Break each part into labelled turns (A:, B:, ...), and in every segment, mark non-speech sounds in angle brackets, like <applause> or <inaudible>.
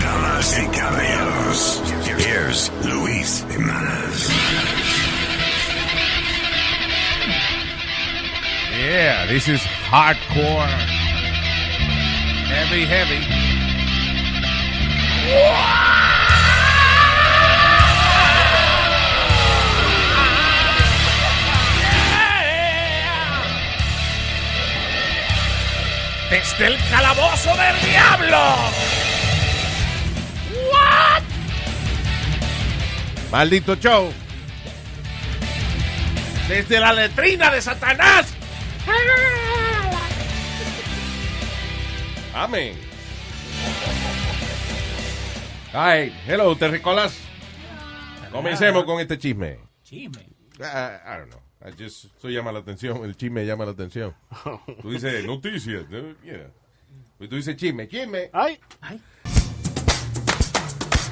A: Damas y caballeros, here's Luis Jimenez.
B: Yeah, this is hardcore. Heavy, heavy.
C: Desde el calabozo del diablo. What?
B: Maldito show.
C: Desde la letrina de Satanás.
B: Amén. Ay, hello, Terricolas. Comencemos con este chisme.
D: Chisme.
B: Ah, I don't know. I just, eso llama la atención. El chisme llama la atención. Tú dices noticias. ¿no? Yeah. Y Pues Tú dices chisme. Chisme.
E: Ay.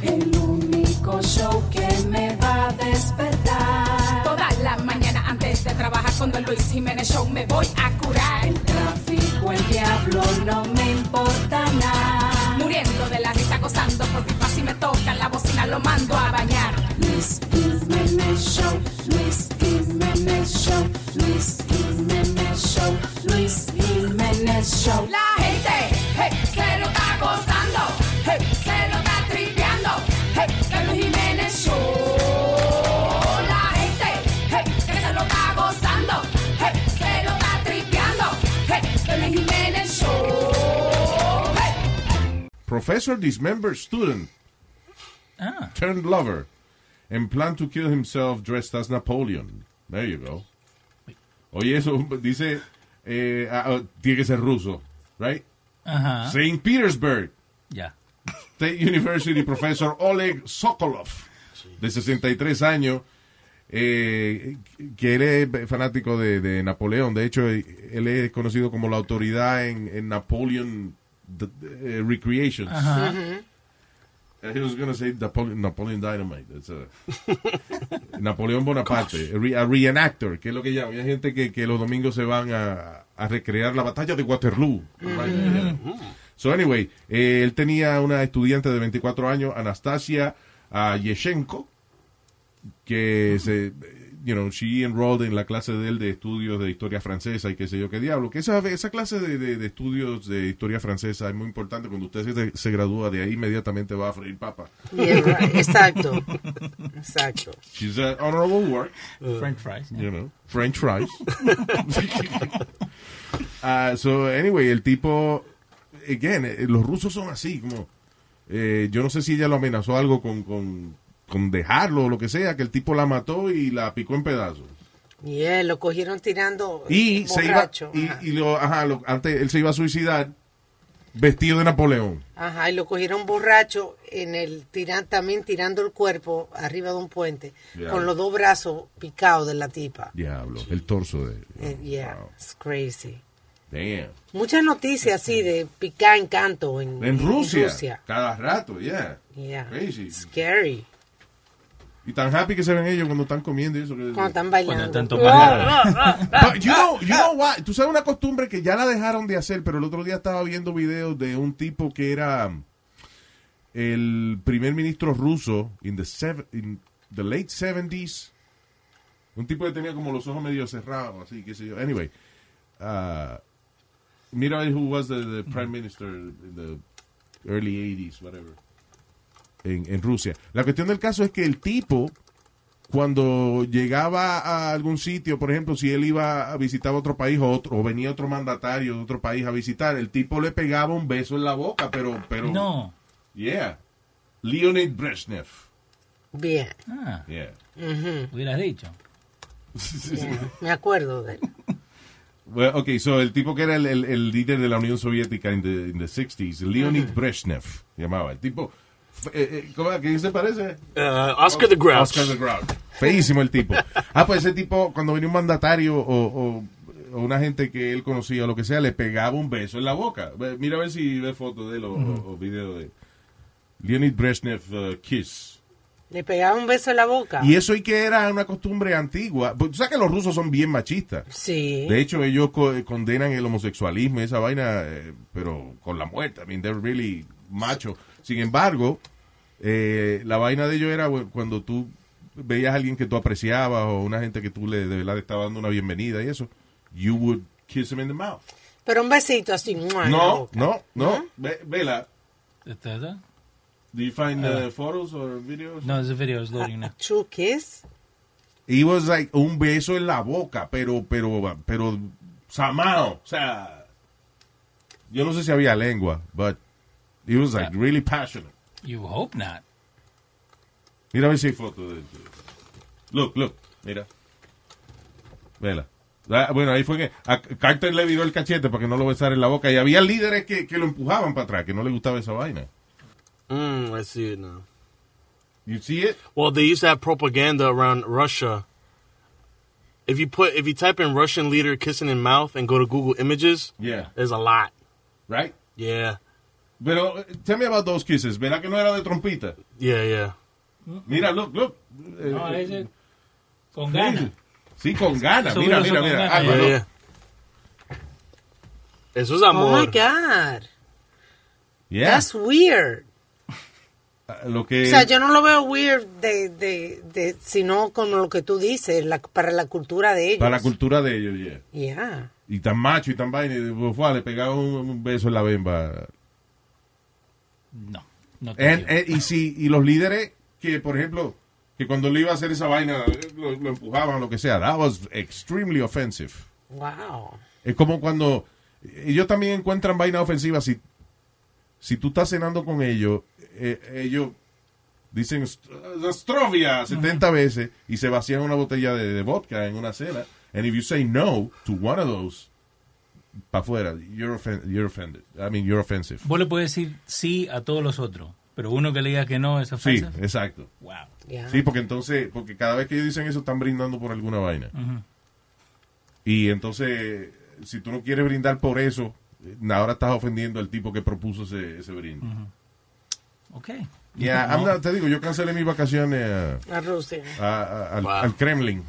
F: El único show que me va a despertar. Toda la mañana antes de trabajar con Don Luis Jiménez Show me voy a curar. El tráfico, el diablo, no me importa nada. Muriendo de la risa, gozando por mi paz y me toca la bocina, lo mando a bañar. Luis Jiménez Show, Luis Jiménez Show, Luis Jiménez Show, Luis Jiménez Show. La gente hey, se lo está gozando, hey, se lo está tripeando, hey, el Luis Jiménez Show. La gente hey, que se lo está gozando, hey, se lo está tripeando, hey, el Luis Jiménez Show. Hey.
B: Professor dismembered student
D: Ah.
B: turned lover and planned to kill himself dressed as Napoleon. There you go. Oye, eso dice. eh, ah, ah, tiene que ser ruso, right?
D: Ajá.
B: St. Petersburg.
D: Ya.
B: State University professor Oleg Sokolov, de 63 años, eh, que él es fanático de, de Napoleón. De hecho, eh, él es conocido como la autoridad en, en Napoleon d- eh, Recreations.
D: Ajá.
B: Uh, He was going to say Napoleon, Napoleon Dynamite. That's a- Napoleón Bonaparte, a re- a reenactor, que es lo que llaman. Hay gente que, que los domingos se van a, a recrear la batalla de Waterloo. So anyway, eh, él tenía una estudiante de 24 años, Anastasia ah, Yeshenko, que se, you know, she enrolled en la clase de él de estudios de historia francesa y qué sé yo qué diablo. Que esa, esa clase de, de- de estudios de historia francesa es muy importante. Cuando usted se, se gradúa de ahí, inmediatamente va a freír papa.
G: Yeah, right. Exacto. Exacto.
B: She's an honorable work.
D: French fries,
B: You know, French fries. <laughs> Ah, so, anyway, el tipo, again, eh, los rusos son así, como, eh, yo no sé si ella lo amenazó algo con, con, con dejarlo o lo que sea, que el tipo la mató y la picó en pedazos.
G: Y él lo cogieron tirando
B: Y se iba,
G: borracho.
B: y, y lo, ajá, lo- antes él se iba a suicidar vestido de Napoleón.
G: Ajá, y lo cogieron borracho en el tiran, también tirando el cuerpo arriba de un puente
B: Yeah.
G: con los dos brazos picados de la tipa.
B: Diablo, el torso de...
G: Eh, yeah, it's crazy.
B: Damn.
G: Muchas noticias así de picar en canto en,
B: En Rusia,
G: Rusia.
B: cada rato, yeah.
G: Yeah.
B: Crazy.
G: Scary.
B: Y tan happy que se ven ellos cuando están comiendo y eso. que-
G: Cuando están bailando. <laughs>
D: tanto
B: But you know, you know what? Tú sabes una costumbre que ya la dejaron de hacer, pero el otro día estaba viendo videos de un tipo que era um, el primer ministro ruso in the, sev- in the late 70s. Un tipo que tenía como los ojos medio cerrados, así, qué sé yo. Anyway, uh, mira who was the, the prime minister in the early 80s, whatever, en, en Rusia. La cuestión del caso es que el tipo cuando llegaba a algún sitio, por ejemplo, si él iba a visitar otro país o, otro, o venía otro mandatario de otro país a visitar, el tipo le pegaba un beso en la boca, pero... pero
D: No.
B: Yeah. Leonid Brezhnev.
G: Bien.
D: Ah,
B: Yeah.
G: Ujú.
D: <laughs> hubieras dicho.
G: Me acuerdo de él.
B: Well, ok, so el tipo que era el, el- el líder de la Unión Soviética en the, in the 60s, Leonid Brezhnev, llamaba. El tipo, f- eh, eh, ¿cómo, ¿a quién se parece?
D: Uh, Oscar the Grouch.
B: Oscar the Grouch. Feísimo el tipo. Ah, pues ese tipo, cuando venía un mandatario o, o- o una gente que él conocía o lo que sea, le pegaba un beso en la boca. Ve- Mira a ver si ve fotos de él o, o- o video de Leonid Brezhnev uh, Kiss.
G: Le pegaba un beso en la boca.
B: Y eso y que era una costumbre antigua. Pues, Tú sabes que los rusos son bien machistas.
G: Sí.
B: De hecho, ellos co- condenan el homosexualismo y esa vaina, eh, pero con la muerte. I mean, they're really macho. Sin embargo, eh, la vaina de ellos era bueno, cuando tú veías a alguien que tú apreciabas o una gente que tú le de verdad le estaba dando una bienvenida y eso, you would kiss him in the mouth.
G: Pero un besito así. ¡mua! en la
B: no,
G: boca.
B: no, no, Ve- Vela,
E: It does, huh?
B: do you find uh, photos or videos?
E: No, there's a video. It's loading now.
G: True kiss.
B: It was like un beso en la boca, pero, pero, pero, samao, Ah, o sea, yo no sé si había lengua, but it was like really passionate.
E: You hope not.
B: Mira a ver si hay foto de Look, look, mira. Vela. Ah, Bueno, ahí fue que a Carter le viró el cachete para que no lo besara en la boca y había líderes que, que lo empujaban para atrás, que no le gustaba esa vaina.
D: Mm, I see it now.
B: You see it?
D: Well, they used to have propaganda around Russia. If you put, if you type in Russian leader kissing in mouth and go to Google Images,
B: Yeah.
D: there's a lot.
B: Right?
D: Yeah,
B: Pero, eh, tell me about those kisses. ¿Verdad que no era de trompita?
D: yeah, yeah.
B: Mira, look, look. Eh,
E: No, es el- Con
B: Sí,
E: ganas.
B: Sí, con ganas.
E: Eso
B: Mira,
E: hubiera sido
B: mira,
E: con
B: mira.
E: ganas.
B: Ah,
D: yeah,
B: no.
D: yeah. Eso es
G: Oh my
D: amor.
G: God.
B: Yeah.
G: That's weird.
B: <laughs> Ah, Lo que
G: O sea, yo no lo veo weird de, de, de, sino como lo que tú dices, la- para la cultura de ellos.
B: para la cultura de ellos, yeah.
G: Yeah.
B: Y tan macho y tan vaina. y, pues, fue, le pegaba un, un beso en la bemba.
E: No. no te
B: En-
E: digo.
B: eh, y si y los líderes que, por ejemplo, que cuando le iba a hacer esa vaina, eh, lo, lo empujaban o lo que sea. That was extremely offensive.
G: Wow.
B: Es como cuando ellos también encuentran vainas ofensivas. Si, si tú estás cenando con ellos, eh, ellos dicen Astrovia 70 veces y se vacían una botella de, de vodka en una cena. And if you say no to one of those, para afuera, you're, offen- you're offended. I mean, you're offensive.
E: Vos le puedes decir sí a todos los otros, pero uno que le diga que no es
B: Sí,
E: ofensa.
B: exacto.
E: Wow.
G: Yeah.
B: Sí, porque entonces, porque cada vez que ellos dicen eso están brindando por alguna vaina.
E: Mm-hmm.
B: Y entonces, si tú no quieres brindar por eso, eh, ahora estás ofendiendo al tipo que propuso ese, ese brindo.
E: Ok.
B: Yeah, I'm not- te digo, yo cancelé mis vacaciones a-
G: A Rusia.
B: a- a- al,
D: Wow.
B: al Kremlin.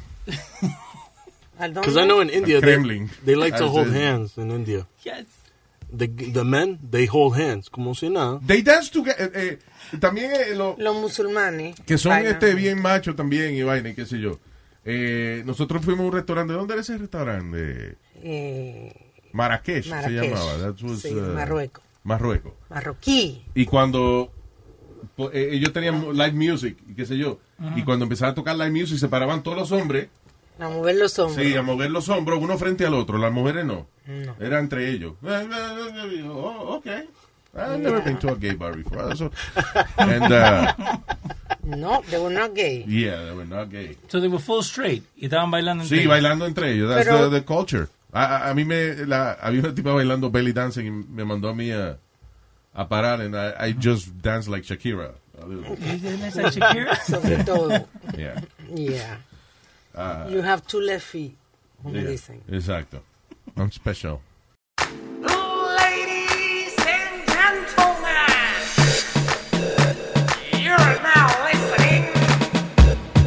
G: ¿Al
D: Because
G: dónde?
D: I know in India they,
B: Kremlin.
D: they like to
B: I
D: hold
B: said-
D: hands in India.
E: Yes.
D: The the men they hold hands. Como si nada.
B: They dance together. eh, eh, también eh, lo-
G: Los musulmanes.
B: que son
G: Vaina.
B: este bien macho también y vaina y qué sé yo. Eh, nosotros fuimos a un restaurante. ¿Dónde era ese restaurante?
G: Eh,
B: Marrakech, se
G: Marrakech.
B: llamaba. That was,
G: Sí,
B: uh,
G: Marruecos.
B: Marruecos.
G: Marroquí.
B: Y cuando pues, eh, ellos tenían live music, y qué sé yo, y cuando empezaba a tocar live music se paraban todos los hombres,
G: A mover los hombros.
B: sí, a mover los hombros uno frente al otro, las mujeres no,
G: No.
B: era entre ellos. eh, Oh, ok. I've never been to a gay bar before. So- and uh,
G: No, they were not gay.
B: yeah, they were not gay.
E: So they were full straight y estaban bailando.
B: Sí,
E: entre-
B: bailando entre ellos. That's
G: Pero-
B: the, the culture. A, a- a mí me la, había una tipa bailando belly dancing y me mandó a mí a, a parar and I, I just danced like Shakira. a little bit.
E: Isn't that like Shakira?
G: <laughs> Sobre todo.
B: Yeah. Ah,
G: Yeah. you have two left feet. Como
B: Yeah,
G: dicen.
B: Exacto. I'm special.
C: Ladies and gentlemen, you're now listening to the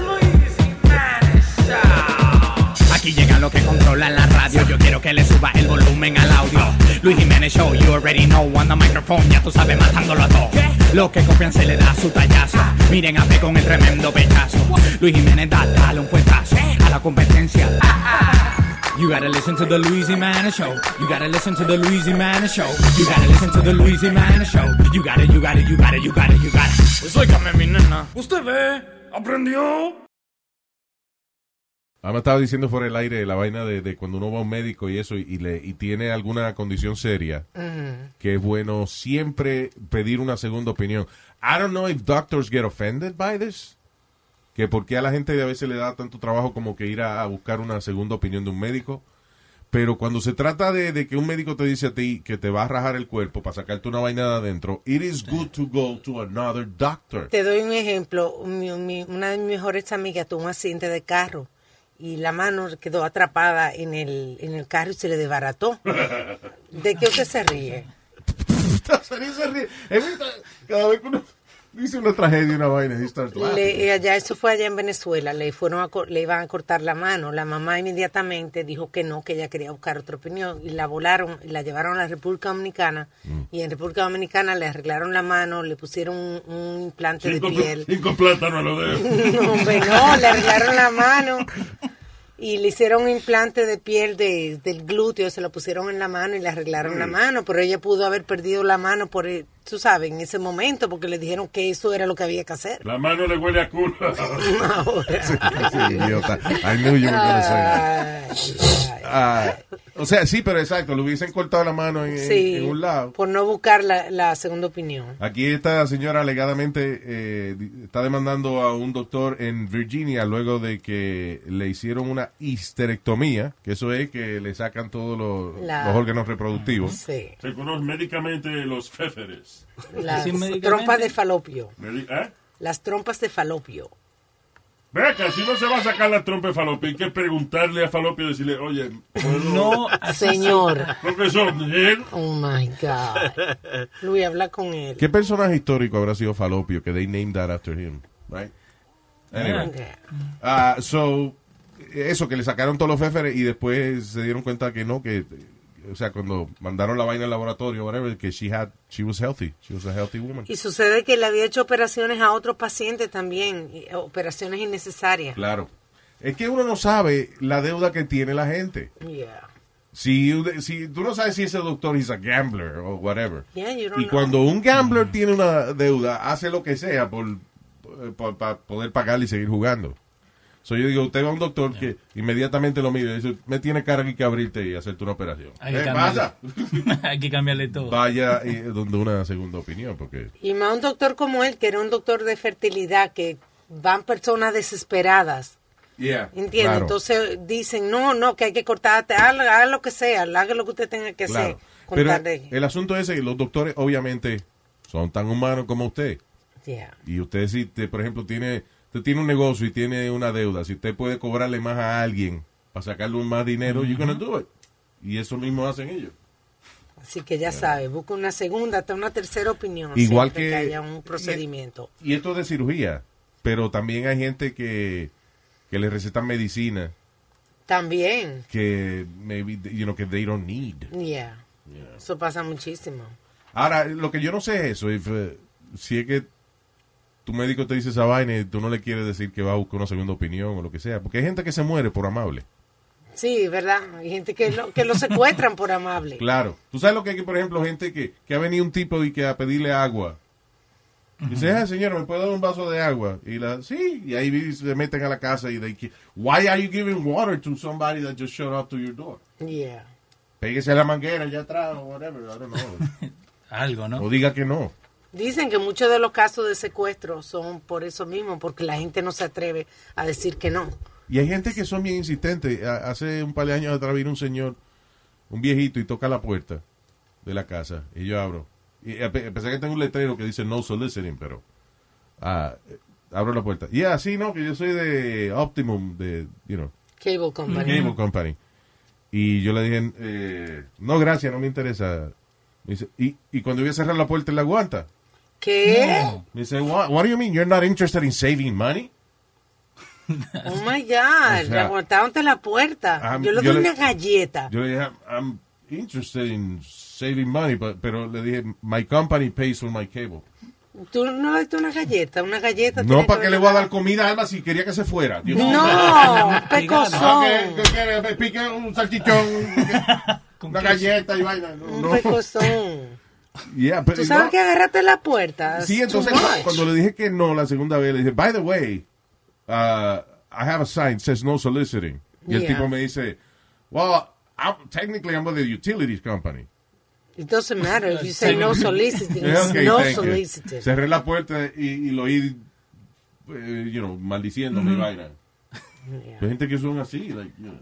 C: Luis Jiménez Show. Aquí llegan los que controlan la radio. Yo quiero que le suba el volumen al audio. Luis Jiménez Show, you already know. On the microphone, ya tú sabes, matándolo a todos. Los que copian se le da su tallazo. Miren a P con el tremendo pechazo. Luis Jiménez da, dale un fuetazo a la competencia.
G: eh,
C: You gotta listen to the Luis Jimenez show. You gotta listen to the Luis Jimenez show. You gotta listen to the Luis Jimenez show. You gotta, you gotta, you gotta, you gotta, you gotta. Pues óigame, mi nena. Usted ve, aprendió.
B: Ah, me estaba diciendo fuera del aire la vaina de, de cuando uno va a un médico y eso y, y le, y tiene alguna condición seria,
G: uh-huh.
B: que es bueno siempre pedir una segunda opinión. I don't know if doctors get offended by this. Que por qué a la gente a veces le da tanto trabajo como que ir a, a buscar una segunda opinión de un médico. Pero cuando se trata de, de que un médico te dice a ti que te va a rajar el cuerpo para sacarte una vaina de adentro, it is good to go to another doctor.
G: Te doy un ejemplo. Mi- mi- una de mis mejores amigas tuvo un accidente de carro y la mano quedó atrapada en el, en el carro y se le
B: <laughs>
G: desbarató. ¿De qué usted se ríe?
B: Tazarín se ríe. Every time- Cada vez que uno dice una tragedia, una vaina, he starts laughing. <laughs>
G: Le- eh, allá, eso fue allá en Venezuela, le fueron a co- le iban a cortar la mano. La mamá inmediatamente dijo que no, que ella quería buscar otra opinión y la volaron, y la llevaron a la República Dominicana
B: Mm.
G: y en República Dominicana le arreglaron la mano, le pusieron un, un implante de piel.
B: Cinco plátanos a los dedos.
G: <laughs> No, hombre, no, le arreglaron la mano y le hicieron un implante de piel de- del glúteo, se lo pusieron en la mano y le arreglaron
B: Mm.
G: la mano, pero ella pudo haber perdido la mano por, eh, tú sabes, en ese momento, porque le dijeron que eso era lo que había que hacer.
B: La mano le huele a culo.
G: Ahora.
B: idiota. I knew you were gonna say that.
G: Ay,
B: Ah, o sea, sí, pero exacto, le hubiesen cortado la mano en, en-
G: sí,
B: en un lado.
G: por no buscar la, la segunda opinión.
B: Aquí esta señora alegadamente eh, di- está demandando a un doctor en Virginia luego de que le hicieron una histerectomía, que eso es que le sacan todos los,
G: La-
B: los órganos reproductivos.
G: Sí,
H: Se conocen médicamente los féferes.
G: las
E: Sin medicamento.
G: trompas de falopio.
H: Medi- ¿Eh?
G: Las trompas de falopio.
H: Ve acá, si no se va a sacar la trompa de Falopio, hay que preguntarle a Falopio y decirle, oye, ¿puedo-
E: No,
G: Señor,
H: profesor, ¿eh?
G: oh my God.
B: <laughs>
G: Luis, habla con él.
B: ¿Qué personaje histórico habrá sido Falopio que they named that after him? Right? Anyway. Ah, so, eso, que le sacaron todos los féferes y después se dieron cuenta que no, que, o sea, cuando mandaron la vaina al laboratorio, whatever, que she had, she was healthy, she was a healthy woman.
G: Y sucede que le había hecho operaciones a otros pacientes también, y- eh, operaciones innecesarias.
B: Claro. Es que uno no sabe la deuda que tiene la gente.
G: Yeah.
B: Si, si tú no sabes si ese doctor es a gambler o whatever.
G: Yeah, you don't
B: Y
G: know.
B: cuando un gambler tiene una deuda, hace lo que sea por, eh, por- para poder pagar y seguir jugando. So yo digo, usted va a un doctor que inmediatamente lo mira y dice, me tiene cara aquí que abrirte y hacerte una operación.
E: hay que,
B: ¿Qué
E: cambiarle,
B: Eh,
E: <laughs>
B: pasa?
E: hay que cambiarle todo.
B: Vaya eh, donde una segunda opinión, porque...
G: Y más un doctor como él, que era un doctor de fertilidad, que van personas desesperadas
B: Yeah.
G: Entiende, entonces dicen, no, no, que hay que cortar, haga, haga lo que sea, haga lo que usted tenga que hacer.
B: Claro.
G: con
B: Pero
G: tal de-
B: el asunto es que los doctores obviamente son tan humanos como usted.
G: Yeah.
B: y usted si te, por ejemplo tiene usted tiene un negocio y tiene una deuda si usted puede cobrarle más a alguien para sacarle más dinero you're gonna do it y eso mismo hacen ellos
G: Así que ya sabe, busca una segunda, hasta una tercera opinión.
B: Igual
G: siempre
B: que-
G: haya un procedimiento.
B: y esto es de cirugía pero también hay gente que que le recetan medicina
G: También,
B: que maybe you know que they don't need
G: yeah. Eso pasa muchísimo.
B: ahora lo que yo no sé es eso if, eh, si es que tu médico te dice esa vaina y tú no le quieres decir que va a buscar una segunda opinión o lo que sea porque hay gente que se muere por amable
G: Sí, ¿verdad? Hay gente que lo, que lo secuestran por
E: Eh.
G: amable.
B: Claro. Tú sabes lo que hay, que, por ejemplo, gente que, que ha venido un tipo y que a pedirle agua. Dice, ah, señor, ¿me puede dar un vaso de agua? Y la, sí, y ahí vi- se meten a la casa y de why are you giving water to somebody that just showed up to your door?
G: Yeah.
B: Péguese a la manguera allá atrás o whatever, I don't know.
E: Algo, ¿no?
B: O diga que no.
G: Dicen que muchos de los casos de secuestro son por eso mismo, porque la gente no se atreve a decir que no.
B: Y hay gente que son bien insistentes. Ha- Hace un par de años atrás vino un señor, un viejito, y toca la puerta de la casa. Y yo abro. Y a pe- a pesar que tengo un letrero que dice no soliciting, pero ah, eh, abro la puerta. Y así, ¿no? Que yo soy de Optimum, de, you know,
G: Cable Company.
B: Cable Company. Y yo le dije, eh, no, gracias, no me interesa. Me dice, y, y cuando voy a cerrar la puerta, él la aguanta.
G: ¿Qué?
B: Me dice, what, what do you mean? You're not interested in saving money?
G: Oh my God,
B: O sea,
G: le aguantaron hasta la puerta.
B: ah,
G: yo le
B: yo
G: doy
B: le-
G: una galleta.
B: Yo le dije, I'm, I'm interested in saving money, but- pero le dije, my company pays for my cable.
G: Tú no le diste una galleta, una galleta.
B: No,
G: tiene
B: ¿para qué le voy a dar
G: haber
B: comida, Alma, si quería que se fuera? Dios mío.
G: dado. <laughs> No,
B: Ah,
G: pecozón.
B: ¿Qué, qué quiere? Me pique un salchichón,
E: Con
B: una
E: queso.
B: galleta y vaina. No,
G: Un
B: no. <laughs>
G: pecozón.
B: Yeah, pero
G: Tú sabes
B: no.
G: que agarraste la puerta.
B: Sí,
G: It's too
B: entonces
G: much.
B: cuando le dije que no la segunda vez, le dije, by the way, uh, I have a sign, says no soliciting. Y el
G: Yeah.
B: tipo me dice, well, I'm, technically I'm with the utilities company.
G: It doesn't matter if you say no
B: <laughs>
G: soliciting.
B: Yeah,
G: it's
B: okay,
G: no
B: thank you.
G: soliciting.
B: Cerré la puerta y, y lo oí, eh, you know, maldiciendo mi vaina. Hay gente que son así, like, you know.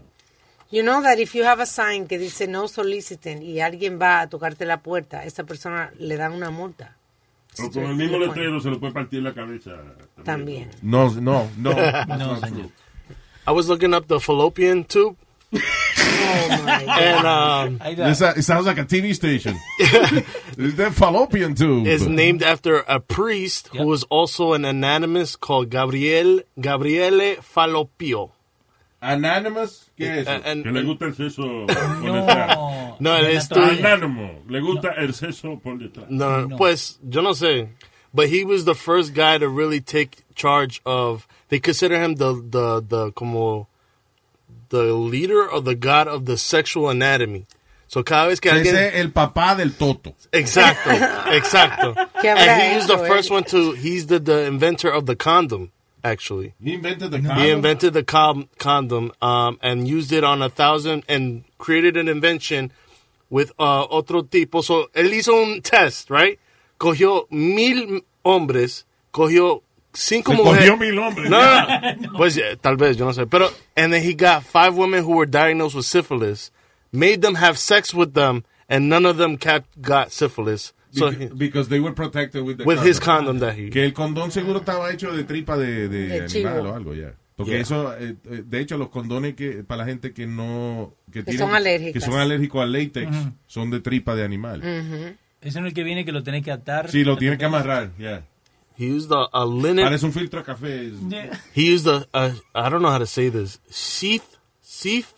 G: You know that if you have a sign que dice no soliciting y alguien va a tocarte la puerta, esa persona le dan una multa.
H: O con el mismo letrero se le puede partir la cabeza.
G: También.
B: No, no, no.
D: <laughs> No, señor. I was looking up the fallopian
B: <laughs>
D: tube.
B: Oh
D: And um,
B: This, uh, it sounds like a TV
D: <laughs>
B: station. It's the fallopian tube.
D: is named after a priest who was also an anonymous called Gabriel Gabriele Fallopio.
B: Anonymous,
H: ¿Qué es?
D: Eh, eh,
H: que le gusta
D: <laughs>
H: el seso por
D: No.
H: detrás.
D: No, él es
H: Anónimo. Le gusta el seso por detrás.
D: No, pues yo no sé. But he was the first guy to really take charge of. They consider him the the the como the leader or the god of the sexual anatomy. So cada vez que alguien
B: Ese es el papá del Toto.
D: Exacto, exacto.
B: ¿Qué habrá
D: and he was the
B: hecho él?
D: first one to. He's the, the inventor of the condom, actually.
B: He invented the
D: He
B: condom?
D: invented the com- condom um, and used it on a thousand and created an invention with uh, otro tipo. So él hizo un test, right? Cogió mil hombres, cogió cinco
H: Se
D: mujeres.
H: cogió mil hombres.
D: No, no, no. Pues eh, tal vez, yo no sé. Pero, and then he got five women who were diagnosed with syphilis, made them have sex with them, and none of them kept, got syphilis. So he-
B: Beca- <laughs> because they were protected with the
D: With
B: condom.
D: his condom that he-
B: Que el condón seguro estaba hecho de tripa de, de
D: De
B: animal
D: chivo.
B: o algo, ya. Porque
D: Yeah.
B: eso, eh, eh, de hecho, los condones que para la gente que no... Que,
G: Que
B: tienen-
G: son alérgicas.
B: Que son alérgicos al látex,
E: Ujú.
B: son de tripa de animal.
G: Mm-hmm,
E: Ese no es el que viene que lo tenés que atar.
B: Sí, lo tiene que amarrar, ya.
D: He used a, a linen.
B: Parece un filtro de café.
E: Yeah.
D: He used a, a I don't know how to say this. Sheath, sheath,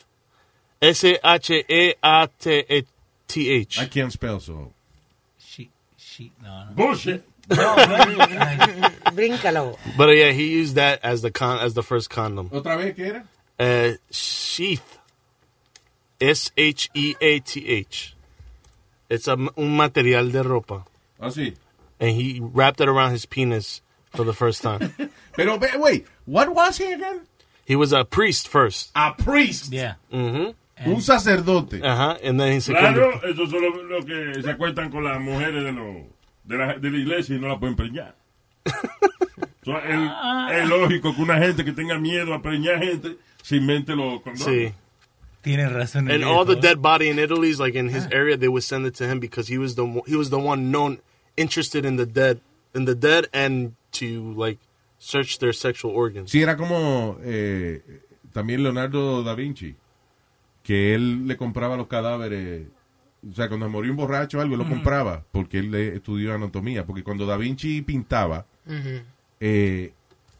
D: S H E A T E T H.
B: I can't spell, so...
E: She, she, no, no.
H: Bullshit.
E: No, no, no.
G: <laughs> Bríncalo.
D: But uh, yeah, he used that as the con as the first condom.
B: ¿Otra vez qué era?
D: Uh, sheath, S H E A T H. It's a m- un material de ropa.
B: Ah, sí.
D: And he wrapped it around his penis for the first time.
B: <laughs> Pero, ve- wait, what was he again?
D: he was a priest first.
B: A priest.
E: Yeah.
D: Mm-hmm.
B: Un sacerdote.
D: Uh-huh. And then he se
H: Claro, eso son los lo que se acuestan con las mujeres de, los de, la, de la iglesia y no la pueden preñar. So, el- es lógico que una gente que tenga miedo a preñar gente se
D: <laughs>
H: invente los condones.
D: Sí.
E: Tienes razón.
D: and
E: el
D: all the
E: viejo. ¿eh?
D: dead body in Italy's like in his area, they would send it to him because he was the mo- he was the one known interested in the dead in the dead and to like search their sexual organs.
B: Sí, era como eh, también Leonardo da Vinci, que él le compraba los cadáveres. O sea, cuando murió un borracho o algo, lo
H: Ujú.
B: compraba, porque él eh, estudió anatomía. Porque cuando da Vinci pintaba,
G: mm-hmm.
B: <laughs> eh,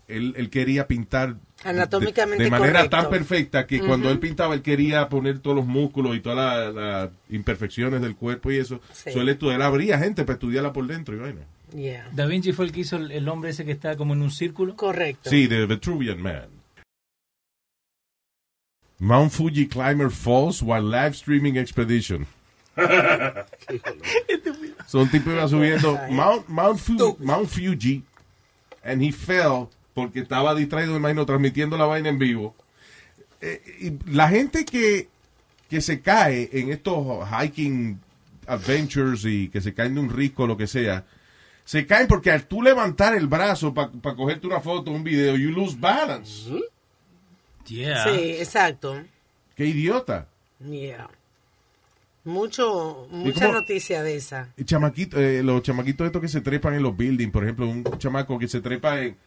B: él, él quería pintar de-
G: Anatómicamente
B: de, manera
G: correcto.
B: tan perfecta que
G: Ujú.
B: cuando él pintaba, él quería poner todos los músculos y todas las las imperfecciones del cuerpo y eso.
E: Sí.
B: So, él, estu- él abría gente para estudiarla por dentro y vaina.
E: Da Vinci fue el que hizo el, el hombre ese que está como en un círculo.
G: Correcto.
B: Sí, The Vitruvian Man. Mount Fuji Climber Falls while live streaming expedition. So un tipo iba subiendo Mount, Mount, Fu- Mount Fuji and he fell porque estaba distraído, me imagino, transmitiendo la vaina en vivo. Eh, y la gente que, que se cae en estos hiking adventures y que se caen de un risco o lo que sea, se caen porque al tú levantar el brazo para cogerte una foto, un video, you lose balance.
G: Sí, exacto.
B: Qué idiota.
G: Yeah. Mucho,
B: ¿Y
G: mucha
B: cómo-
G: noticia de esa.
B: Y chamaquito, eh, los chamaquitos estos que se trepan en los buildings, por ejemplo, un chamaco que se trepa en,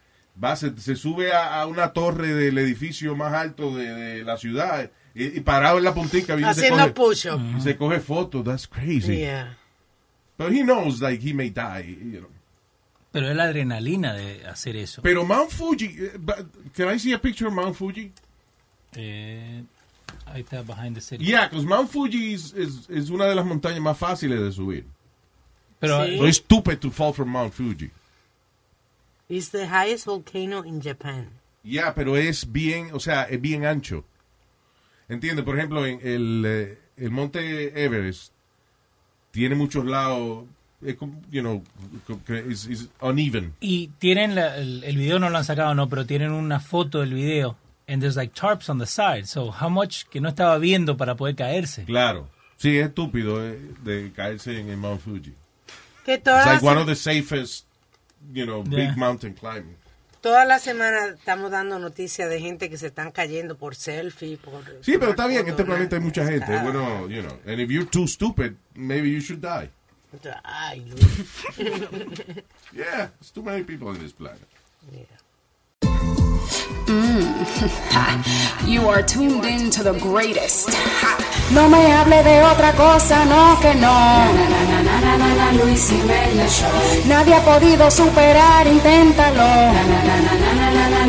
B: va, se, se sube a, a una torre del edificio más alto de, de la ciudad y, y parado en la puntica. viene y se
G: Haciendo
B: coge-
G: push-up.
B: y Se coge fotos, that's crazy.
G: Yeah.
B: But he knows like he may die, you know.
E: Pero es la adrenalina de hacer eso.
B: Pero Mount Fuji, eh, but- can I see a picture of Mount Fuji?
E: Eh, ahí está, behind the city.
B: Yeah, because Mount Fuji is, is- is una de las montañas más fáciles de subir.
E: Pero- Sí.
B: So it's stupid to fall from Mount Fuji.
G: It's the highest volcano in Japan.
B: Ya, pero es bien, o sea, es bien ancho. Entiende, por ejemplo, en el, eh, el monte Everest tiene muchos lados, es como, you know, co- que is, is uneven.
E: Y tienen la- el, el video no lo han sacado no, pero tienen una foto del video. And there's like tarps on the side. So how much que no estaba viendo para poder
B: <laughs>
E: caerse.
B: Claro. Sí, es estúpido eh, de caerse en el Mount Fuji.
G: Que
B: It's
G: todas
B: like one
G: las-
B: of the safest, you know,
G: Yeah.
B: big mountain climbing.
G: Toda la semana estamos dando noticias de gente que se están cayendo por selfie, por...
B: Sí, pero está bien, en este planeta hay mucha gente. Bueno, you know. And if you're too stupid, maybe you should die.
G: Ay, Luis.
B: <laughs> Yeah, there's too many people on this planet.
F: Mm. <laughs> You are tuned in to the greatest. No me hable de otra cosa, no que no. Luis Jiménez Show. Nadie ha podido superar, inténtalo.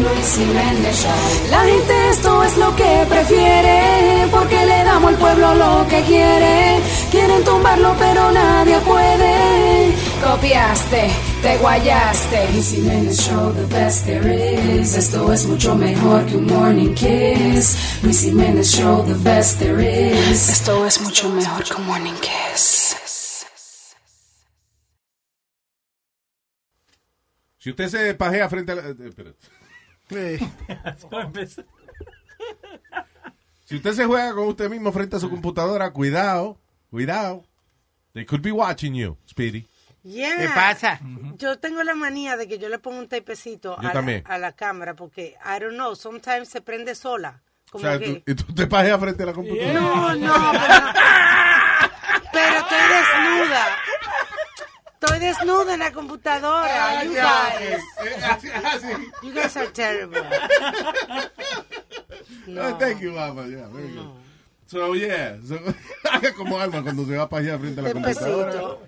F: Luis Jiménez Show. La gente esto es lo que prefiere, porque le damos al pueblo lo que quiere. Quieren tumbarlo, pero nadie puede. Copiaste, te guayaste. Luis Jiménez Show, the best there is. Esto es mucho mejor que un morning kiss. Luis Jiménez Show, the best there is. Esto es mucho mejor que un morning kiss.
B: Si usted se pajea frente a la... eh, espera. Si usted se juega con usted mismo frente a su computadora, cuidado, cuidado. They could be watching you, Speedy.
G: Yeah.
B: ¿Qué pasa?
G: Yo tengo la manía de que yo le pongo un tapecito
B: Yo
G: a la,
B: también.
G: a la cámara porque, I don't know, sometimes se prende sola.
B: O
G: Como
B: sea,
G: que...
B: tú, y tú te pajeas frente a la computadora.
G: No,
B: <laughs>
G: no, pero, pero estoy desnuda. Estoy desnuda en la
B: Ah,
G: computadora. You guys. You guys are
B: <laughs>
G: terrible.
B: Oh, thank you, Alma. Yeah, very good. So, yeah. So, <laughs> haga como Alma cuando se va a pajear frente a la computadora.
G: Tapecito.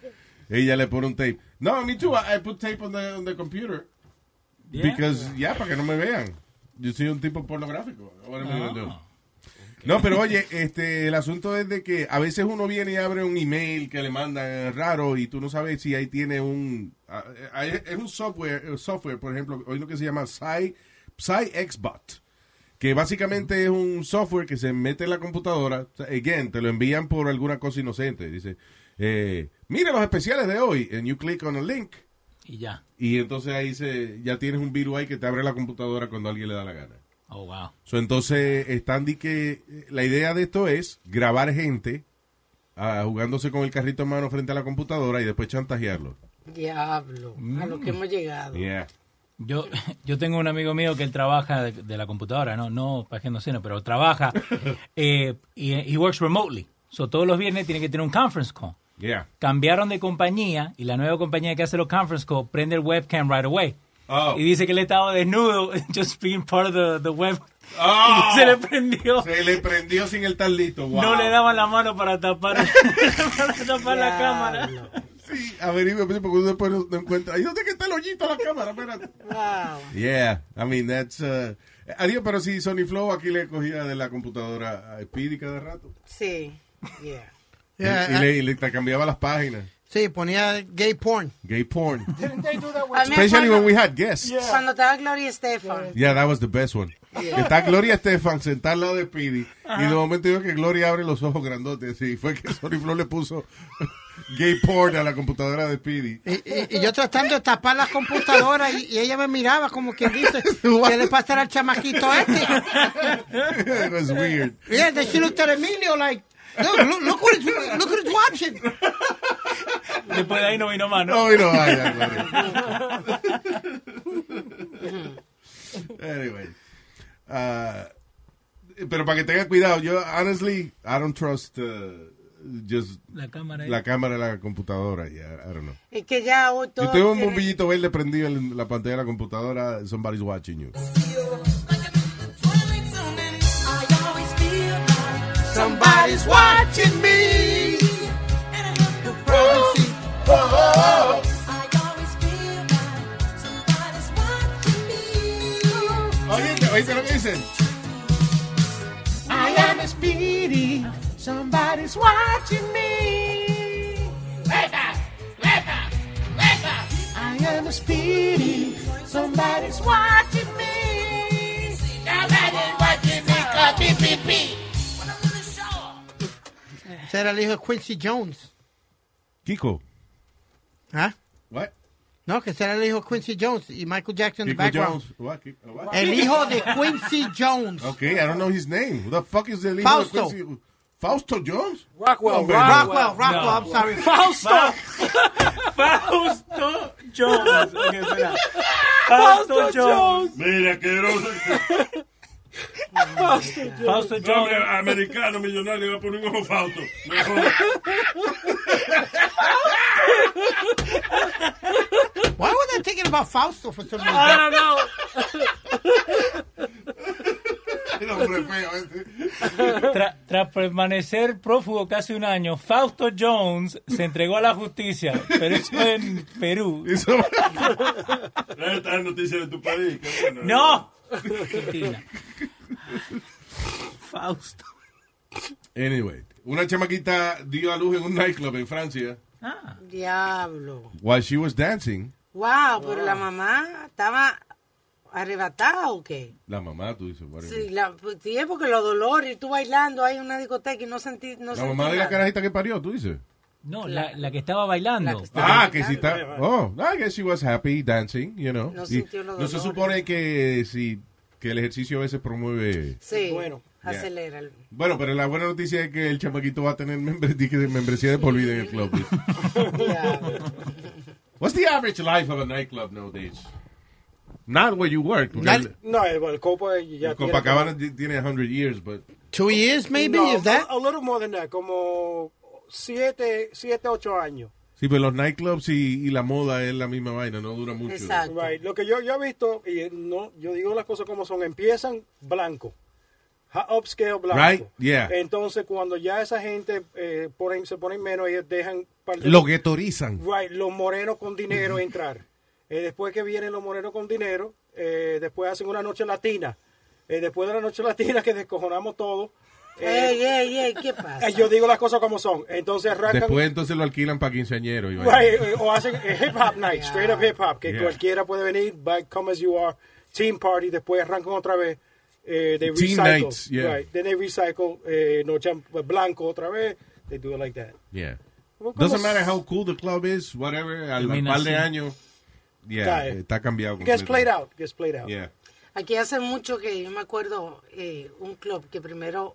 B: Ella le pone un tape. No, me too. I, I put tape on the, on the computer.
I: Yeah.
B: Because, yeah, para que no me vean. Yo soy un tipo pornográfico. What am I
E: Ah.
B: gonna do? No, pero oye, este, el asunto es de que a veces uno viene y abre un email que le mandan eh, raro y tú no sabes si ahí tiene un... ah, eh, ah, Es es un software, eh, software por ejemplo, hoy lo que se llama Psy, PsyXBot, que básicamente es un software que se mete en la computadora. O sea, Again, te lo envían por alguna cosa inocente. Dice, eh, mira los especiales de hoy, and you click on a link.
E: Y ya.
B: Y entonces ahí se, ya tienes un virus ahí que te abre la computadora cuando alguien le da la gana.
E: Oh, wow.
B: So, entonces, están di que eh, la idea de esto es grabar gente ah, jugándose con el carrito en mano frente a la computadora y después chantajearlo.
G: Diablo, a lo que hemos llegado.
B: Yeah.
E: Yo, <laughs> yo tengo un amigo mío que él trabaja de, de la computadora, no, no pajeándose, no, pero trabaja eh, y he works remotely. So, todos los viernes tiene que tener un conference call.
B: Yeah.
E: Cambiaron de compañía y la nueva compañía que hace los conference call prende el webcam right away.
B: Oh.
E: Y dice que él estaba desnudo, <laughs> just being part of the, the web.
B: Oh.
E: Y <laughs> se le prendió.
B: Se le prendió sin el tarlito. Wow.
E: No le daban la mano para tapar, para tapar la
B: <laughs>
E: cámara.
B: Sí, averigüe, pues, porque uno después no, no encuentra. Ahí dónde que está el hoyito a la cámara, espérate.
G: Wow.
B: Yeah, I mean, that's... Uh, haría, pero si Sony Flow aquí le cogía de la computadora a Speedy cada rato.
G: Sí, yeah.
B: <laughs>
J: Yeah,
B: y, y le, y le cambiaba las páginas.
J: Sí, ponía gay porn.
B: Gay porn.
G: A mí
B: Especially
G: cuando-
B: when we had guests.
G: Cuando estaba Gloria Estefan.
B: Yeah, that was the best one.
G: Yeah.
B: Está Gloria Estefan sentada al lado de Speedy.
G: Ajá.
B: Y de momento veo que Gloria abre los ojos grandotes. Y fue que <laughs> Sony Flow le puso gay porn a la computadora de Speedy.
J: Y, y- y yo tratando de tapar la computadora y, y ella me miraba como quien dice, ¿qué le pasará al chamaquito este?
B: It was weird.
J: Yeah, then she looked at Emilio like, look, look, look, what it's, look what it's watching.
E: Después de ahí no vino más,
B: No vino más, ya,
G: <laughs>
B: Anyway. Ah, pero para que tenga cuidado, yo, honestly, I don't trust uh, just
E: La cámara. ¿eh?
B: la cámara de la computadora. Yeah, I don't know.
G: Es que ya oh, hoy todo
B: Si tengo un
G: tiene-
B: bombillito verde prendido en la pantalla de la computadora, somebody's watching you.
J: Somebody's watching me. Oh,
B: Oye, oíste lo que dicen.
J: I am a speedy. Somebody's watching me. I am a speedy. Somebody's watching me. Somebody's watching me. Copy, pee, Ese era el hijo de Quincy Jones.
B: Kiko.
J: ¿Ah?
B: What?
J: No, que ese era el hijo de Quincy Jones y Michael Jackson en
B: Kiko
J: the background.
B: Jones. What, Kiko? What?
J: El hijo de Quincy Jones.
B: Okay, I don't know his name. Who the fuck is the leader
J: Fausto.
B: of Quincy? Fausto Jones?
J: Rockwell,
B: Hombre,
J: Rockwell,
B: no.
J: Rockwell, I'm
B: <laughs>
J: sorry. <laughs>
E: Fausto. Fausto Jones. Ok, espera. Fausto Jones.
H: Mira, que
E: Fausto Jones. Fausto Jones.
H: Hombre, americano, millonario, le va a poner un ojo Fausto. Me joda.
K: Why were they thinking about Fausto for some reason?
H: I don't
B: <laughs>
K: know. hombre feo
E: <laughs> Tra- tras permanecer prófugo casi un año, Fausto Jones se entregó a la justicia, pero eso en Perú.
H: Esta es <laughs> noticia de tu país. qué bueno.
E: ¡No! Argentina. Fausto.
B: Anyway, una chamaquita dio a luz en un nightclub en Francia.
L: Ah.
G: Diablo.
B: While she was dancing,
G: Wow, pero la mamá estaba arrebatada o qué?
B: la mamá, tú dices, whatever.
G: Sí, la, pues, sí, es porque los dolores, y tú bailando ahí en una discoteca y no sentí. No
B: la
G: sentí
B: mamá de la
G: nada.
B: carajita que parió, tú dices.
E: No, la, la que estaba bailando.
B: Ah, que si está. Oh, I guess she was happy dancing, you know.
E: No
B: Y
E: sintió los
B: no se
E: dolores.
B: supone que si que el ejercicio a veces promueve.
G: Sí, bueno.
K: Bueno.
G: acelera.
B: Bueno, pero la buena noticia es que el chamaquito va a tener membre- tique de membresía de por vida en el club. <laughs> What's the average life of a nightclub nowadays? Not where you work. porque el-
L: No, el, el Copa ya tiene
B: Copacabana ti- tiene 100 years, but
K: Two years,
L: como-
K: maybe,
L: No,
K: if that?
L: A, a little more than that, como siete, siete ocho años.
B: sí, pero los nightclubs y, y la moda es la misma vaina, no dura mucho.
L: Right. Lo que yo, yo he visto, y no, yo digo las cosas como son, empiezan blanco. Ha- Upscale blanco.
B: Right, yeah.
L: Entonces, cuando ya esa gente eh, ponen- se ponen menos, ellos dejan... par de-
B: Lo guetorizan.
L: Right, los morenos con dinero entrar. Eh, después que vienen los morenos con dinero, eh, después hacen una noche latina. Eh, después de la noche latina que descojonamos todo. eh,
G: Ey, ey, ey,
L: <laughs>
G: ¿qué pasa?
L: yo digo las cosas como son. Entonces arrancan...
B: Después entonces lo alquilan para quinceañero. y vaina.
L: Right, eh, o hacen eh, hip hop night, straight up hip hop, que
B: Yeah.
L: cualquiera puede venir, back come as you are, team party, después arrancan otra vez, eh, they
B: Team
L: recycle,
B: nights, yeah.
L: right, then they recycle, eh, noche blanco otra vez, they do it like that.
B: Yeah.
L: Well, como-
B: Doesn't matter how cool the club is, whatever, al
L: Termina
B: par de
L: así.
B: años, yeah,
L: Cae.
B: está cambiado.
L: Gets
B: completamente.
L: played out, gets played out.
B: Yeah.
G: Aquí hace mucho que yo me acuerdo eh, un club que primero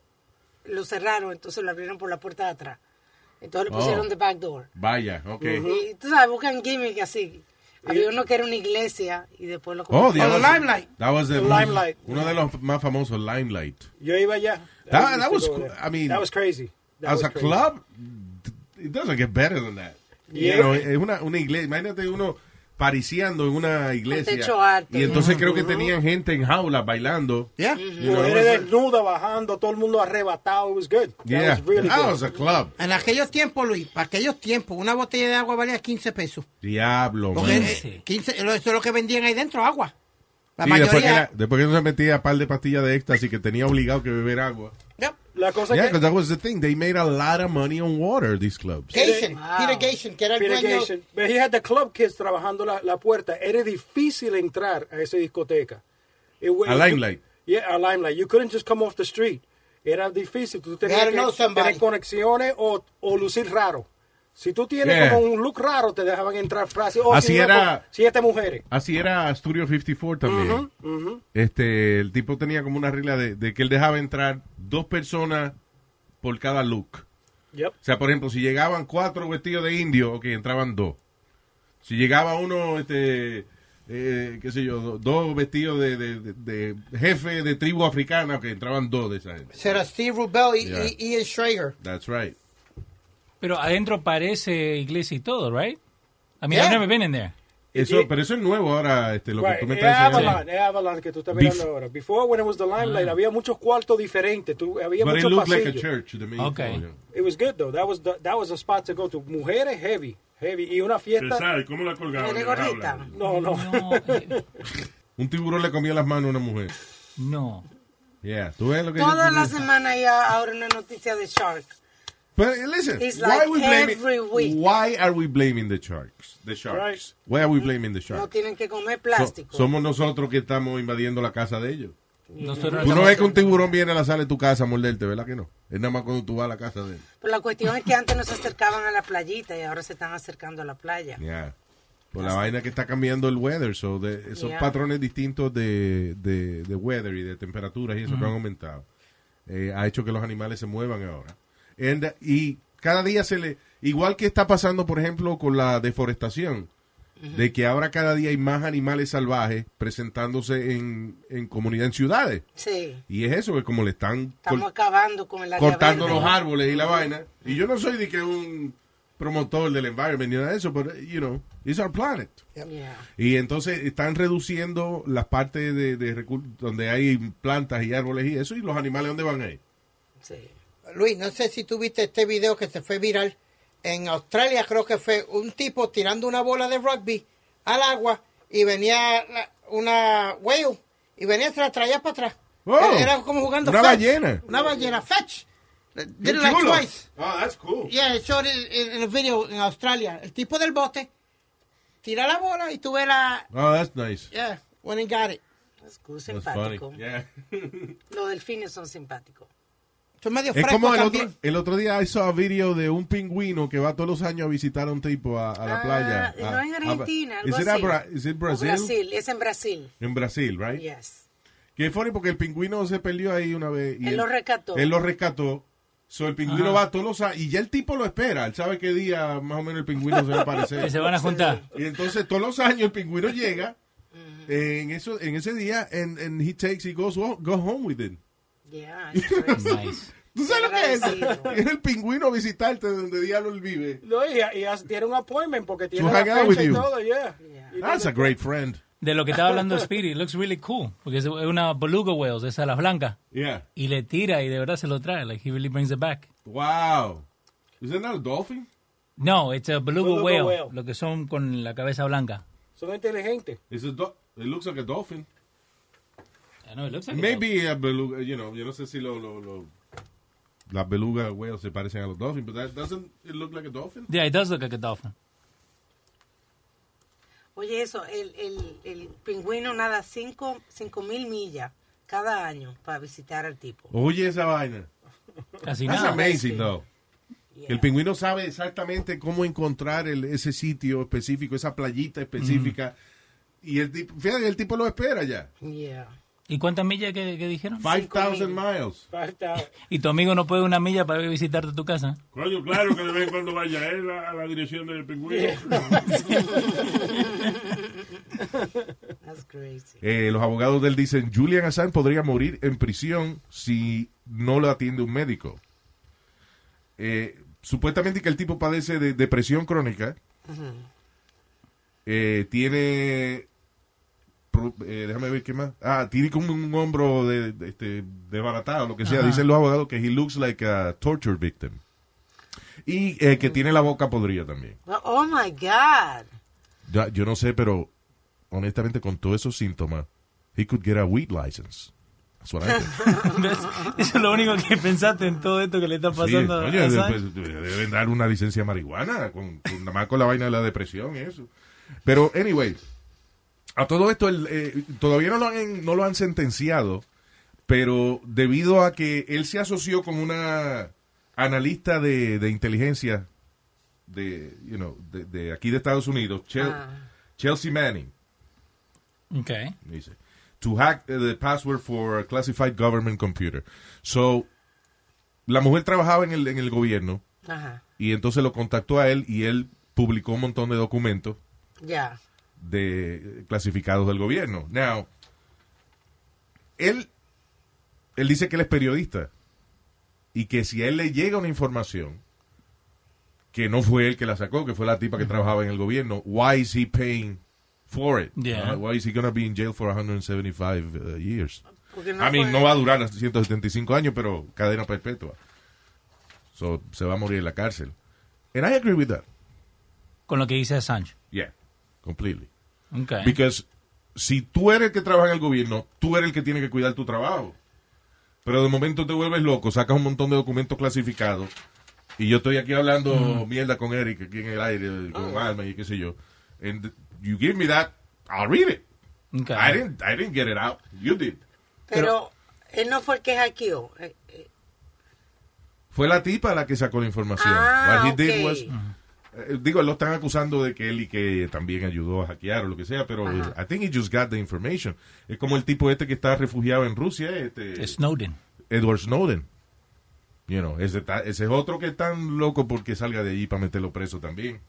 G: lo cerraron, entonces lo abrieron por la puerta de atrás. Entonces le
B: Oh.
G: pusieron the back door.
B: Vaya, ok.
G: Y tú sabes, buscan gimmick así. Había uno que era una iglesia y después lo
B: Oh, the
G: convirtieron-
B: other- That was the
L: The Limelight.
B: Uno de los más famosos, Limelight.
L: Yo iba allá.
B: That-
L: I
B: Ah,
L: used
B: that
L: to
B: was
L: go
B: co-
L: there.
B: I mean,
L: that was crazy. That
B: As
L: was
B: a
L: crazy.
B: club, it doesn't get better than that.
L: Yeah.
B: You know, es una, una iglesia. Imagínate uno pariciando en una iglesia.
L: techo alto.
B: Y entonces
L: Ujú.
B: creo que tenían gente en jaulas bailando.
L: Yeah.
K: Mm-hmm.
B: You know,
L: Mujeres
B: it was-
L: desnudas bajando, todo el mundo arrebatado, it was good. That
B: Yeah.
L: was really
B: That
L: good.
B: was a club.
K: En aquellos tiempos, Luis, para aquellos tiempos, una botella de agua valía 15 pesos.
B: Diablo, man.
K: Porque, eh, 15, lo- eso es lo que vendían ahí dentro, agua. La
B: Sí, después que,
K: mayoría...
B: la- después que uno se metía par de pastillas de éxtasis que tenía obligado que beber agua.
L: La cosa
B: Yeah,
L: que-
B: because that was the thing. They made a lot of money on water, these clubs.
K: Gation, Peter Gation, que era el
L: Peter
K: dueño...
L: Gation. But he had the club kids trabajando la, la puerta. Era difícil entrar a esa discoteca. It wa-
B: A Limelight.
L: Yeah, a Limelight. You couldn't just come off the street. Era difícil. Tú tenías
K: gotta
L: que
K: know somebody.
L: tener conexiones o, o lucir raro. Si tú tienes
B: Yeah.
L: como un look raro, te dejaban entrar frases. Oh,
B: Así
L: si
B: era-
L: con Siete mujeres.
B: Así era Studio 54 también.
L: Ujú, ujú.
B: Este, el tipo tenía como una regla de, de que él dejaba entrar dos personas por cada look.
L: Yep.
B: O sea, por ejemplo, si llegaban cuatro vestidos de indio, ok, entraban dos. Si llegaba uno, este, eh, qué sé yo, do- dos vestidos de, de- de- de jefe de tribu africana, ok, entraban dos de esa gente.
K: Ese era Steve Rubel y,
B: Yeah.
K: y Ian Schrager.
B: That's right.
E: Pero adentro parece iglesia y todo, right? I mean, I've
L: Yeah.
E: never been in there.
B: Eso, pero eso es nuevo ahora, este, lo
L: Right. Eh, ah,
B: que tú me
L: Es
B: estás diciendo.
L: Avalon, es Avalon que tú estás
B: Bef- Ah.
L: mirando ahora. Before, when it was the Limelight, había muchos cuartos diferentes. Tú, había
B: But it
L: muchos
B: looked
L: pasillos.
B: like a church to me.
L: Okay. It was good though. That was the, that was a spot to go to. Mujeres heavy, heavy y una fiesta.
H: Cesar, ¿cómo la colgaban?
L: Mujeres
H: en la
L: gorditas.
H: jaula?
L: No, no.
G: <laughs>
B: Un tiburón le comió las manos a una mujer.
E: No.
B: Yeah, tú ves lo que yo
G: Toda
B: te
G: la
B: digo?
G: semana ya ahora una noticia de Shark.
B: But eh, listen,
G: It's
B: why
G: like
B: we blaming,
G: every week.
B: why are we blaming the sharks? The sharks.
G: Right.
B: Why are we blaming the
G: No
B: sharks?
G: tienen que comer
B: So-
G: plástico.
B: somos nosotros que estamos invadiendo la casa de ellos.
E: Nosotros
B: Tú no
E: estamos-
B: ves que un tiburón viene a la sala de tu casa a morderte, ¿verdad que no? Es nada más cuando tú vas a la casa de él.
G: Pero la cuestión es que antes no se acercaban a la playita y ahora se están acercando a la playa.
B: Yeah. Por la vaina que está cambiando el weather, so de- esos
G: Yeah.
B: patrones distintos de, de, de weather y de temperaturas y eso que han aumentado, eh, ha hecho que los animales se muevan ahora. And- y cada día se le, igual que está pasando, por ejemplo, con la deforestación, de que ahora cada día hay más animales salvajes presentándose en, en comunidad, en ciudades.
G: Sí.
B: Y es eso, que como le están
G: Estamos
B: col-
G: acabando con el área
B: cortando
G: verde.
B: los árboles y la vaina. Y yo no soy de que un promotor del environment ni nada de eso, pero, you know, it's our planet.
G: Yeah.
B: Y entonces están reduciendo las partes de, de recu- donde hay plantas y árboles y eso, y los animales, ¿dónde van ahí?
J: Luis, no sé si tú viste este video que se fue viral. En Australia creo que fue un tipo tirando una bola de rugby al agua y venía la- una whale y venía se la traía para atrás.
B: Oh,
J: Era como jugando
B: una
J: fetch.
B: ballena.
J: Una ballena, fetch. Did
B: Qué
J: it like
B: chulo.
J: twice.
B: Oh, that's cool.
J: Yeah, I showed it in, in a video en Australia. El tipo del bote tira la bola y tú ves la...
B: Oh, that's nice.
J: Yeah, when he got it.
B: That's funny. Yeah.
G: Los delfines son simpáticos.
J: Son medio
B: Es
J: frescos
B: como el
J: también.
B: otro, el otro día I saw a video de un pingüino que va todos los años a visitar a un tipo a, a la
G: Ah,
B: playa.
G: No
B: A-
G: en
B: a-
G: Argentina, algo
B: is it a
G: así.
B: Bra- is it
G: O
B: Brazil?
G: Brasil, es en Brasil.
B: En Brasil, right?
G: Yes.
B: Que fue porque el pingüino se peleó ahí una vez.
G: Él lo rescató.
B: Él lo rescató. So, el pingüino
E: Ajá.
B: va todos los años. Y ya el tipo lo espera. Él sabe qué día más o menos el pingüino se va
E: <laughs>
B: a aparecer.
E: Que se van a juntar.
B: Y entonces todos los años
G: <laughs>
B: el pingüino llega eh, en, eso, en ese día and, and he takes, he goes, wo- go home with it.
G: Yeah,
B: <laughs>
E: Nice.
B: ¿Tú sabes lo que <laughs> es?
L: Agradecido.
B: Era el pingüino a visitarte donde diablo él vive.
L: No, y, y as- tiene un appointment porque tiene
B: To
L: la
B: hang out
L: fecha
B: with
L: y
B: you.
L: todo, yeah. Y
B: That's a
L: tiene-
B: great friend.
E: De lo que estaba hablando Speedy, looks really cool. Porque es una beluga whales, esa las blancas.
B: Yeah.
E: Y le tira y de verdad se lo trae. Like, he really brings it back.
B: Wow. Isn't that a dolphin?
E: No, it's a beluga,
L: Beluga
E: whale,
L: whale.
E: Lo que son con la cabeza blanca.
L: Son inteligentes.
B: It's a do- it looks like a dolphin.
E: I know, it looks like a
B: Maybe a beluga, you know, yo no sé si lo, lo, lo... Las belugas whales se parecen a los dolphins, but that doesn't it look like a dolphin?
E: Yeah, it does look like a dolphin.
G: Oye, eso, el, el, el pingüino nada 5 cinco, mil millas cada año para visitar al tipo.
B: Oye esa vaina.
E: Casi
B: That's
E: nada.
B: amazing, though. El pingüino sabe exactamente cómo encontrar el- ese sitio específico, esa playita específica.
E: Mm.
B: Y el tipo, fíjate, el tipo lo espera ya.
G: Yeah.
E: ¿Y cuántas millas que, que dijeron?
B: 5,000 miles.
E: Y tu amigo no puede una milla para ir a visitarte tu casa.
H: Coño, claro que de vez en cuando vaya él a, a la dirección del
M: <laughs>
H: pingüino.
G: <laughs> That's crazy.
B: Eh, los abogados de él dicen, Julian Assange podría morir en prisión si no lo atiende un médico. Eh, supuestamente que el tipo padece de depresión crónica, eh, tiene... pro- eh, déjame ver qué más. Ah, tiene como un hombro de, de- este, desbaratado, lo que sea.
H: Ajá.
B: Dicen los abogados que he looks like a torture victim. Y eh, que tiene la boca podrida también.
G: Well, oh my God.
B: Ya, yo no sé, pero honestamente con todos esos síntomas, he could get a weed license. That's what I think.
E: <laughs> ¿Ves? Eso es lo único que pensaste en todo esto que le está
B: Sí,
E: pasando
B: coño,
E: a
B: de-
E: Assange.
B: pues, de- deben dar una licencia de marihuana, con, con- nada más con la vaina de la depresión y eso. Pero, anyway, a todo esto el, eh, todavía no lo, han, no lo han sentenciado, pero debido a que él se asoció con una analista de, de inteligencia de, you know, de, de aquí de Estados Unidos, Chel-
E: Ah.
B: Chelsea Manning,
E: Okay.
B: dice, to hack eh, the password for a classified government computer. So, la mujer trabajaba en el, en el gobierno
G: Ajá.
B: y entonces lo contactó a él y él publicó un montón de documentos
G: Ya.
B: de clasificados del gobierno. Now, él, él dice que él es periodista y que si a él le llega una información que no fue él que la sacó, que fue la tipa que trabajaba en el gobierno, why is he paying for it?
E: Yeah.
B: Uh, why is he going to be in jail for 175 uh, years?
G: Porque no
B: a mí
G: fue-
B: no va a durar hasta 175 años, pero cadena perpetua. So, se va a morir en la cárcel. And I agree with that.
E: Con lo que dice Assange.
B: Yeah, completely.
E: Okay.
B: Because si tú eres el que trabaja en el gobierno, tú eres el que tiene que cuidar tu trabajo. Pero de momento te vuelves loco, sacas un montón de documentos clasificados. Y yo estoy aquí hablando
H: Mm.
B: mierda con Eric aquí en el aire, con Alma y qué sé yo. And you give me that, I'll read it.
E: Okay.
B: I didn't, I didn't get it out. You did.
G: Pero, él no fue el que hackeó. Eh, eh,
B: Fue la tipa la que sacó la información.
G: Ah,
B: What he did
G: ok.
B: was- eh, digo, lo están acusando de que él y que también ayudó a hackear o lo que sea, pero
E: Ajá.
B: eh, I think he just got the information. Es como el tipo este que está refugiado en Rusia, este
E: Snowden.
B: Edward Snowden. You know, ese, ta- ese es otro que es tan loco porque salga de allí para meterlo preso también.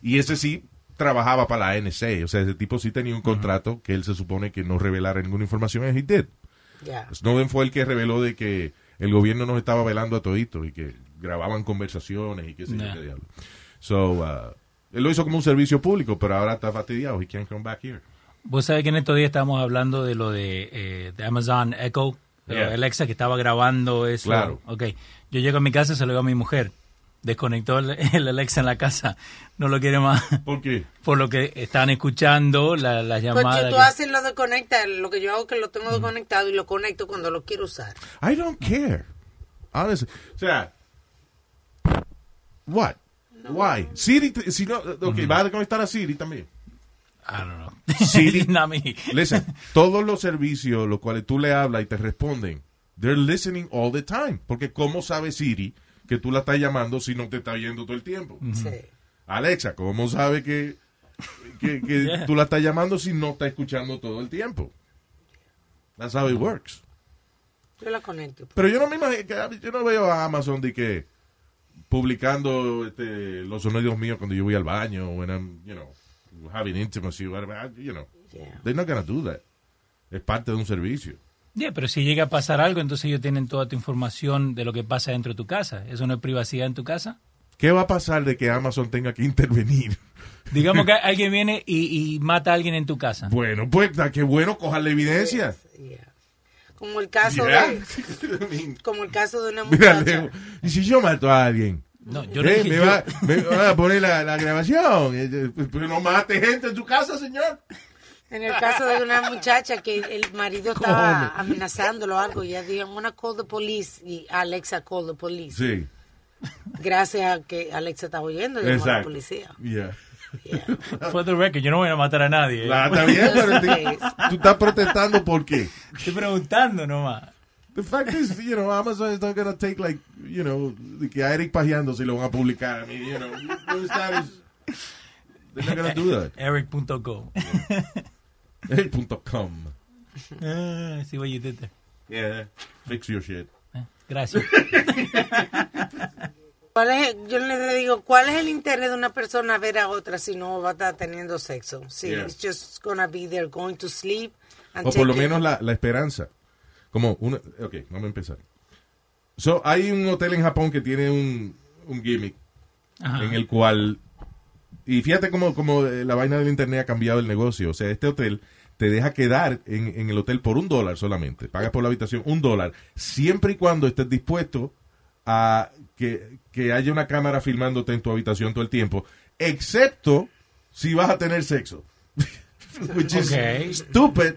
B: Y ese sí trabajaba para la NSA. O sea, ese tipo sí tenía un contrato que él se supone que no revelara ninguna información. Y he did.
G: Yeah.
B: Snowden fue el que reveló de que el gobierno nos estaba velando a toditos y que grababan conversaciones y qué sé yo
N: Nah.
B: qué diablo. So, uh, él lo hizo como un servicio público, pero ahora está fastidiado. He can't come back here.
E: Vos sabés que en estos días estábamos hablando de lo de, eh, de Amazon Echo, de
B: Yeah.
E: Alexa que estaba grabando eso.
B: Claro.
E: Ok. Yo llego a mi casa y se lo digo a mi mujer. Desconectó el, <laughs> el Alexa en la casa. No lo quiere más.
B: ¿Por qué?
E: Por lo que están escuchando la- las llamadas.
G: Porque pues, tú
E: que-
G: haces lo de conectar, lo que yo hago es que lo tengo desconectado y lo conecto cuando lo quiero usar.
B: I don't care. Honestly. O sea, what? Why? Siri, t- si no, ok, va a desconectar a Siri también.
E: I don't know.
B: <laughs> Siri,
E: <laughs> Not me.
B: listen, todos los servicios los cuales tú le hablas y te responden, they're listening all the time. Porque ¿cómo sabe Siri que tú la estás llamando si no te está oyendo todo el tiempo?
N: Ujú. Sí.
B: Alexa, ¿cómo sabe que,
E: <laughs>
B: que, que
N: Yeah.
B: tú la estás llamando si no está escuchando todo el tiempo? That's how it works.
G: Yo la conecto.
B: Pero yo no me imagino, que- yo no veo a Amazon de que publicando este, los sonidos míos cuando yo voy al baño, when I'm, you know, having intimacy, whatever, you know. They're not gonna do that. Es parte de un servicio.
E: Yeah, pero si llega a pasar algo, entonces ellos tienen toda tu información de lo que pasa dentro de tu casa. ¿Eso no es privacidad en tu casa?
B: ¿Qué va a pasar de que Amazon tenga que intervenir? <laughs>
E: Digamos que alguien viene y, y mata a alguien en tu casa.
B: Bueno, pues, da- qué bueno, cojan la evidencia.
G: Como el caso
B: Yeah.
G: de como el caso de una
B: <laughs> Mira,
G: muchacha.
B: Leo, y si yo mato a alguien,
E: No,
B: Eh, me, va, me va a poner la, la grabación. Eh, eh, Pero no mate gente en tu casa, señor.
G: En el caso de una muchacha que el marido estaba amenazándolo o algo y ella dijo, I'm gonna call the police y Alexa call the police.
B: Sí,
G: Gracias a que Alexa estaba oyendo llamó a la
E: Exacto.
G: policía.
B: yeah.
E: For the record, yo no voy a matar a nadie. ¿eh?
B: Ah, está bien, pero te- tú estás protestando por qué.
E: Estoy preguntando nomás.
B: The fact is, you know, Amazon is not going to take, like, you know, de que a Eric pajeando si lo van a publicar. I mean, you know, those guys, they're not going to do that.
E: Eric.com.
B: Eric.com.
E: Ah, see what you did there.
B: Yeah, fix your shit.
E: Gracias.
G: ¿Cuál es el- yo le digo, ¿cuál es el interés de una persona ver a otra si no va a estar teniendo sexo? Si
B: Yeah.
G: it's just gonna be there going to sleep. and
B: O por lo
G: take it.
B: menos la, la esperanza. Como una. Ok, vamos a empezar. So, hay un hotel en Japón que tiene un, un gimmick
N: Ajá.
B: en el cual. Y fíjate cómo, cómo eh, la vaina del internet ha cambiado el negocio. O sea, este hotel te deja quedar en, en el hotel por un dólar solamente. Pagas por la habitación un dólar. Siempre y cuando estés dispuesto a que, que haya una cámara filmándote en tu habitación todo el tiempo. Excepto si vas a tener sexo. <laughs> Which is
N: Ok.
B: stupid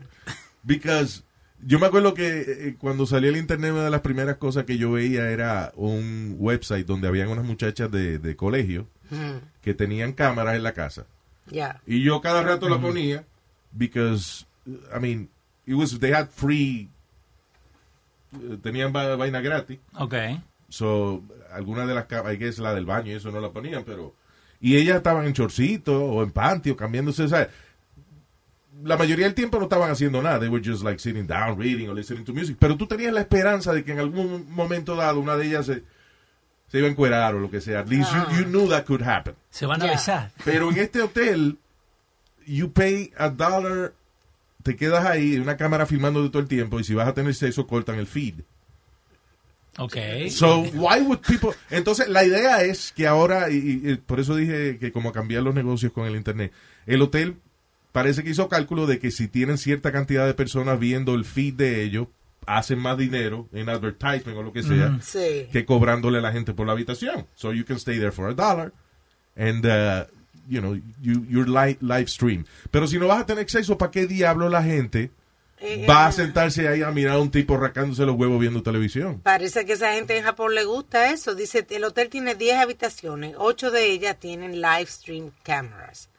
B: because yo me acuerdo que eh, cuando salió el internet una de las primeras cosas que yo veía era un website donde habían unas muchachas de, de colegio
G: Mm,
B: que tenían cámaras en la casa
G: yeah.
B: y yo cada rato la ponía Mm-hmm. because I mean it was they had free eh, tenían va- vaina gratis
E: Ok.
B: So, algunas de las camas, que es la del baño y eso no la ponían, pero... Y ellas estaban en chorcito o en patio, cambiándose, ¿sabes? La mayoría del tiempo no estaban haciendo nada. They were just like sitting down, reading or listening to music. Pero tú tenías la esperanza de que en algún momento dado una de ellas se, se iba a encuerar o lo que sea. At least you- you knew that could happen.
E: Se van a besar.
B: Pero en este hotel, you pay a dollar, te quedas ahí, una cámara filmando de todo el tiempo, y si vas a tener sexo, cortan el feed.
E: Ok. <laughs>
B: So, why would people... Entonces, la idea es que ahora, y, y- y por eso dije que como cambiar los negocios con el Internet, el hotel parece que hizo cálculo de que si tienen cierta cantidad de personas viendo el feed de ellos, hacen más dinero en advertisement o lo que sea,
N: Ujú. Sí.
B: que cobrándole a la gente por la habitación. So, you can stay there for a dollar and, uh, you know, you, your live, live stream. Pero si no vas a tener acceso, ¿para qué diablo la gente
G: Eh,
B: va
G: eh,
B: a sentarse ahí a mirar a un tipo rascándose los huevos viendo televisión?
G: Parece que esa gente en Japón le gusta eso. Dice, el hotel tiene 10 habitaciones, 8 de ellas tienen live stream cameras.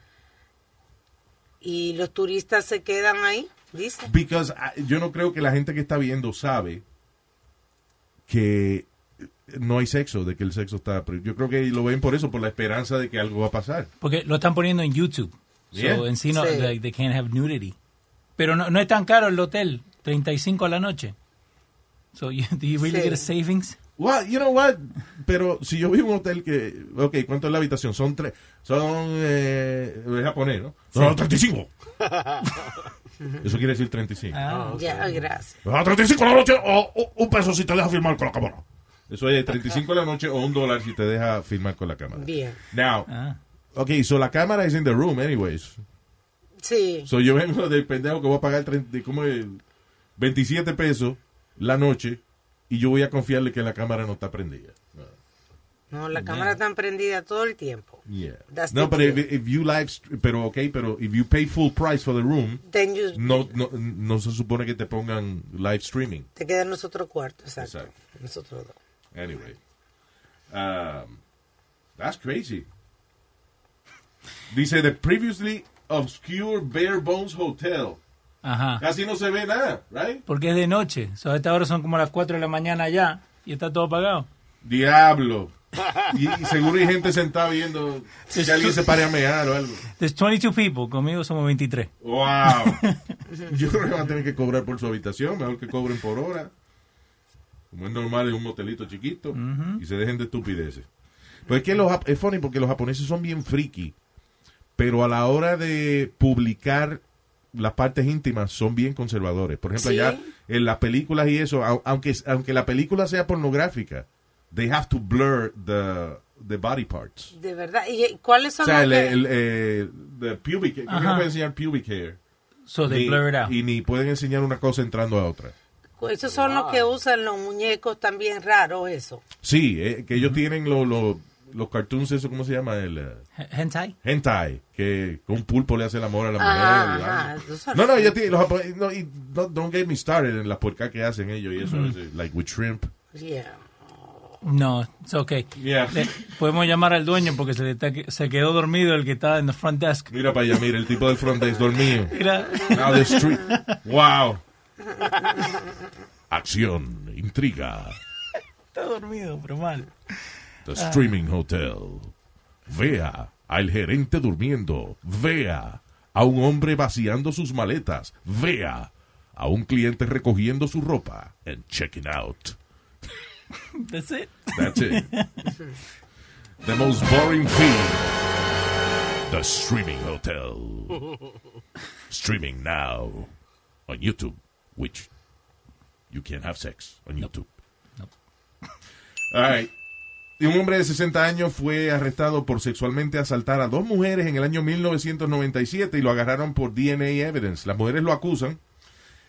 G: Y los turistas se quedan ahí, dice.
B: Because ah, yo no creo que la gente que está viendo sabe que no hay sexo, de que el sexo está... prohibido. Yo creo que lo ven por eso, por la esperanza de que algo va a pasar.
E: Porque lo están poniendo en YouTube.
B: Yeah.
E: So, en sí, no,
B: Sí.
E: like, they can't have nudity. Pero no, no es tan caro el hotel. 35 a la noche. So, you, do you really get a savings?
B: Well, you know what? Pero si yo vivo en un hotel que. Ok, ¿cuánto es la habitación? Son tres. Son. Eh, voy a poner, ¿no? Son
H: Sí.
B: 35. <laughs> Eso quiere decir 35.
G: Ah, ya, gracias.
B: Ah, 35 la noche o u- un peso si te deja firmar con la cámara. Eso es 35 la noche o un dólar si te deja firmar con la cámara.
G: Bien. Ah.
B: Now, ok, so la cámara is in the room, anyways.
G: Sí.
B: So yo vengo del pendejo que voy a pagar 30 y como el 27 pesos la noche y yo voy a confiarle que la cámara no está prendida.
G: No, la cámara está prendida todo el tiempo.
B: Yeah.
G: That's
B: No,
G: the
B: pero if, if you live, st- pero ok, pero if you pay full price for the room,
G: Then you-
B: no, no, no se supone que te pongan live streaming.
G: Te queda en nosotros cuarto, exacto. Nosotros
B: <laughs>
G: dos.
B: Anyway. Um, that's crazy. Dice the previously obscure bare bones hotel.
E: Ajá.
B: Casi no se ve nada, right?
E: Porque es de noche. So, a esta hora son como las 4 de la mañana ya y está todo apagado.
B: Diablo. Y, y seguro hay gente sentada viendo si alguien se pare a mear o algo.
E: There's 22 people. Conmigo somos 23.
B: Wow. Yo creo que van a tener que cobrar por su habitación, mejor que cobren por hora. Como es normal en un motelito chiquito. Y se dejen de estupideces. Pues es que los, jap- es funny porque los japoneses son bien friki. Pero a la hora de publicar las partes íntimas son bien conservadores. Por ejemplo,
H: Sí.
B: allá en las películas y eso, au- aunque, aunque la película sea pornográfica, they have to blur the, the body parts.
G: De verdad. ¿Y eh, cuáles
B: O
G: son
B: sea,
G: las
B: el,
G: que-
B: el, eh, the pubic, creo que
G: Ajá.
B: no pueden enseñar pubic hair.
E: So they
B: Ni-
E: blur it out.
B: Y ni pueden enseñar una cosa entrando a otra.
G: Esos son los que usan los muñecos también raros, eso.
B: Sí, eh, que ellos tienen lo- lo- los cartoons, eso, ¿cómo se llama? El eh,
E: Hentai.
B: hentai, que un pulpo le hace el amor a la
G: Ajá,
B: mujer.
G: ajá,
B: ¿verdad?
G: tú sabes.
B: No, no, ellos tienen, los japoneses, no, y no- don't get me started en las puercas que hacen ellos y eso,
E: Ujú.
B: ese, like with shrimp.
G: Yeah.
E: No, <laughs> it's okay.
B: Yeah.
E: Le- podemos llamar al dueño porque se, le está que- se quedó dormido el que estaba en the front desk.
B: Mira para allá, mira, el tipo del front desk dormido.
E: Mira.
B: Now the street. Wow. Acción, intriga,
E: Está dormido, pero mal.
B: The Streaming Hotel. Vea al gerente durmiendo. Vea a un hombre vaciando sus maletas. Vea a un cliente recogiendo su ropa. And checking out.
E: <laughs> That's it.
B: That's it. The most boring thing. The Streaming Hotel. Streaming now on YouTube, which you can have sex on YouTube. All right. Y un hombre de 60 años fue arrestado por sexualmente asaltar a dos mujeres en el año 1997 y lo agarraron por DNA evidence. Las mujeres lo acusan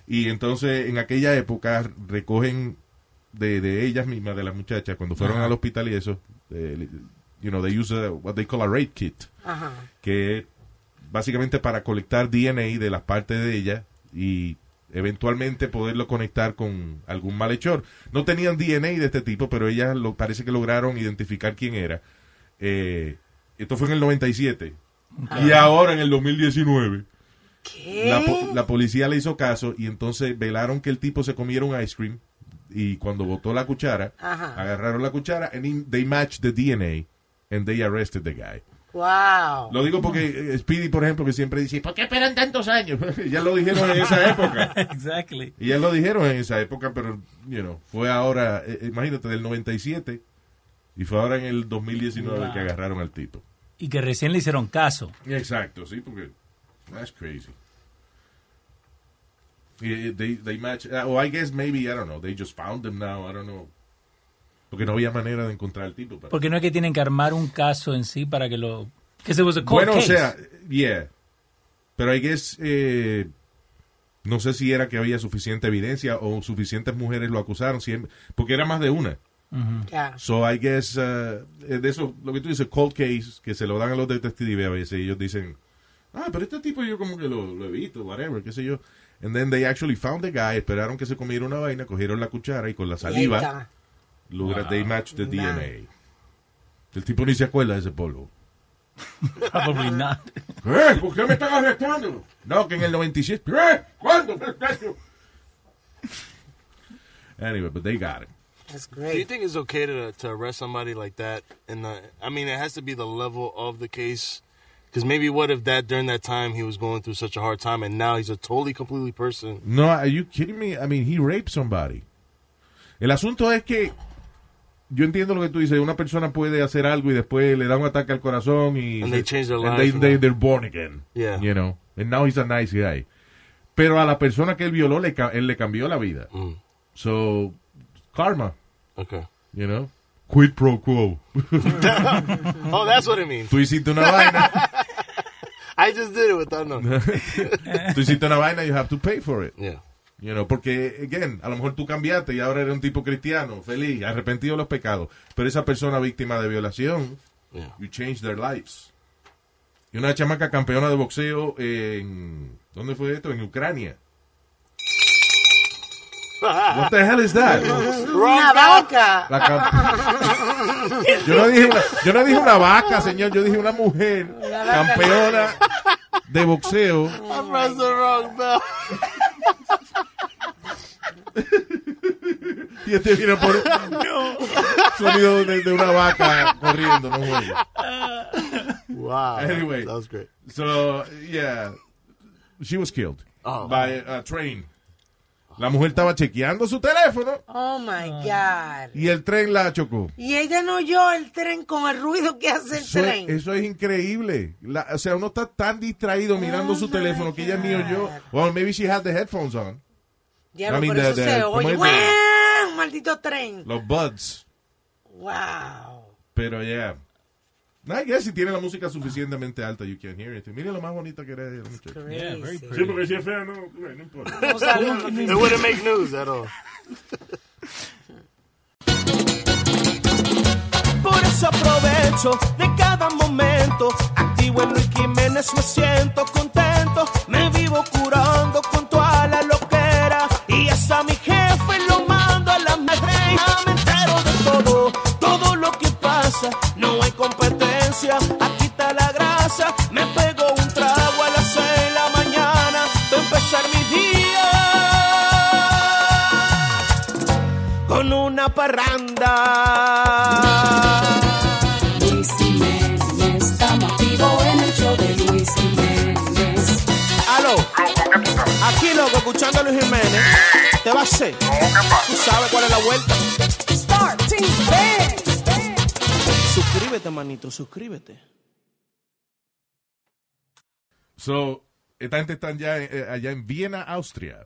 B: y entonces en aquella época recogen de, de ellas mismas, de las muchachas, cuando fueron
H: Ajá.
B: al hospital y eso, eh, you know, they use a- what they call a rape kit,
H: Ajá.
B: que es básicamente para colectar DNA de las partes de ellas y eventualmente poderlo conectar con algún malhechor. No tenían DNA de este tipo, pero ellas lo, parece que lograron identificar quién era. Eh, esto fue en el 97. Y
H: Ah.
B: ahora en el 2019.
G: ¿Qué?
B: La, po- la policía le hizo caso y entonces velaron que el tipo se comiera un ice cream y cuando botó la cuchara,
E: Ah.
G: Ajá.
B: agarraron la cuchara and in- they matched the DNA and they arrested the guy.
G: Wow.
B: Lo digo porque eh, Speedy, por ejemplo, que siempre dice, ¿por qué esperan tantos años? <laughs> ya lo dijeron en esa época.
E: <laughs> Exactly.
B: Y ya lo dijeron en esa época, pero, you know, fue ahora, eh, eh, imagínate, del 97 y fue ahora en el 2019
E: Wow.
B: que agarraron al tipo.
E: Y que recién le hicieron caso.
B: Exacto, sí, porque that's crazy. Y, eh, They, they match, uh, oh, I guess maybe, I don't know, they just found them now, I don't know. Porque no había manera de encontrar al tipo. para-
E: Porque no es que tienen que armar un caso en sí para que lo... Que se was a cold
B: Bueno,
E: case.
B: o sea, yeah. Pero I guess, eh, no sé si era que había suficiente evidencia o suficientes mujeres lo acusaron, siempre, porque era más de una.
E: Ujú.
G: Ya.
B: So I guess, uh, eh, de eso, lo que tú dices, cold case, que se lo dan a los detectives a veces, y ellos dicen, ah, pero este tipo yo como que lo, lo he visto, whatever, qué sé yo. And then they actually found the guy, esperaron que se comiera una vaina, cogieron la cuchara y con la saliva
H: Eita.
B: logra,
E: Ah.
B: they match the
H: Nah.
B: DNA. El tipo ni se acuerda de ese polvo.
E: <laughs> Probably not.
B: ¿Eh? ¿Por qué me están arrestando? No, que en el 97. ¿Eh? ¿Cuándo? Anyway, but they got it.
G: That's
D: Do you think it's okay to, to arrest somebody like that? And the, I mean, it has to be the level of the case. Because maybe what if that during that time he was going through such a hard
B: <laughs>
D: time and now he's a totally completely person?
B: No, are you kidding me? I mean, he raped somebody. El asunto es que yo entiendo lo que tú dices. Una persona puede hacer algo y después le da un ataque al corazón y.
D: And they change their life,
B: and they- they-
D: man.
B: they're born again.
D: Yeah.
B: You know. And now he's a nice guy. Pero a la persona que él violó, le, ca- él le cambió la vida. So, karma.
D: Mm. Okay.
B: You know. Quid pro quo.
D: oh, that's what it means.
B: <laughs> Tú hiciste una
D: <laughs>
B: vaina.
D: I just did it without knowing.
B: tú hiciste una vaina, you have to pay for it.
D: Yeah.
B: You know, porque, again, a lo mejor tú cambiaste y ahora eres un tipo cristiano, feliz, arrepentido de los pecados. Pero esa persona víctima de violación, you changed their lives. Y una chamaca campeona de boxeo en... ¿Dónde fue esto? En Ucrania. What the hell is that?
G: Una vaca.
B: La cam- yo, no dije una, yo no dije una vaca, señor. Yo dije una mujer
D: vaca.
B: campeona de boxeo.
D: I pressed the wrong bell.
B: Y este vino por
D: No.
B: sonido de, de una vaca corriendo, no juego.
D: Wow.
B: Anyway.
D: That was great.
B: So, yeah. She was killed
D: Oh.
B: by a train. La mujer estaba chequeando su teléfono
G: Oh my God.
B: y el tren la chocó.
G: Y ella no oyó el tren con el ruido que hace el
B: Eso es,
G: tren.
B: eso es increíble. La- o sea, uno está tan distraído mirando
D: Ah,
B: su teléfono que ella ni oyó. Well, maybe she had the headphones on.
G: Ya
B: I
G: no, por
B: mean, the-
G: eso
B: the-
G: se
B: ¿cómo
G: oye.
B: es de-
G: ¡Guau! Maldito tren.
B: Los buds.
G: Wow.
B: Pero yeah. No, I guess si tiene la música suficientemente alta, you can hear it. Mire lo más bonito que era. el muchacho.
H: Yeah, very pretty. Sí, porque si es fea, no, no importa.
D: No salió en It wouldn't make news at all.
N: Por eso aprovecho de cada momento. Activo en Luis Jiménez, me siento contento. Me vivo curando con toda la loquera. Y hasta mi jefe lo mando a la madre. Ya me entero de todo, todo lo que pasa. No hay competencia, aquí está la grasa. Me pego un trago a las seis de la mañana. Para empezar mi día con una parranda.
O: Luis Jiménez, estamos activos en el show de Luis Jiménez.
N: Aló, aquí loco, escuchando a Luis Jiménez. Te va a hacer. Tú sabes cuál es la vuelta. Suscríbete, manito, suscríbete.
B: So, esta gente están ya eh, allá en Viena, Austria.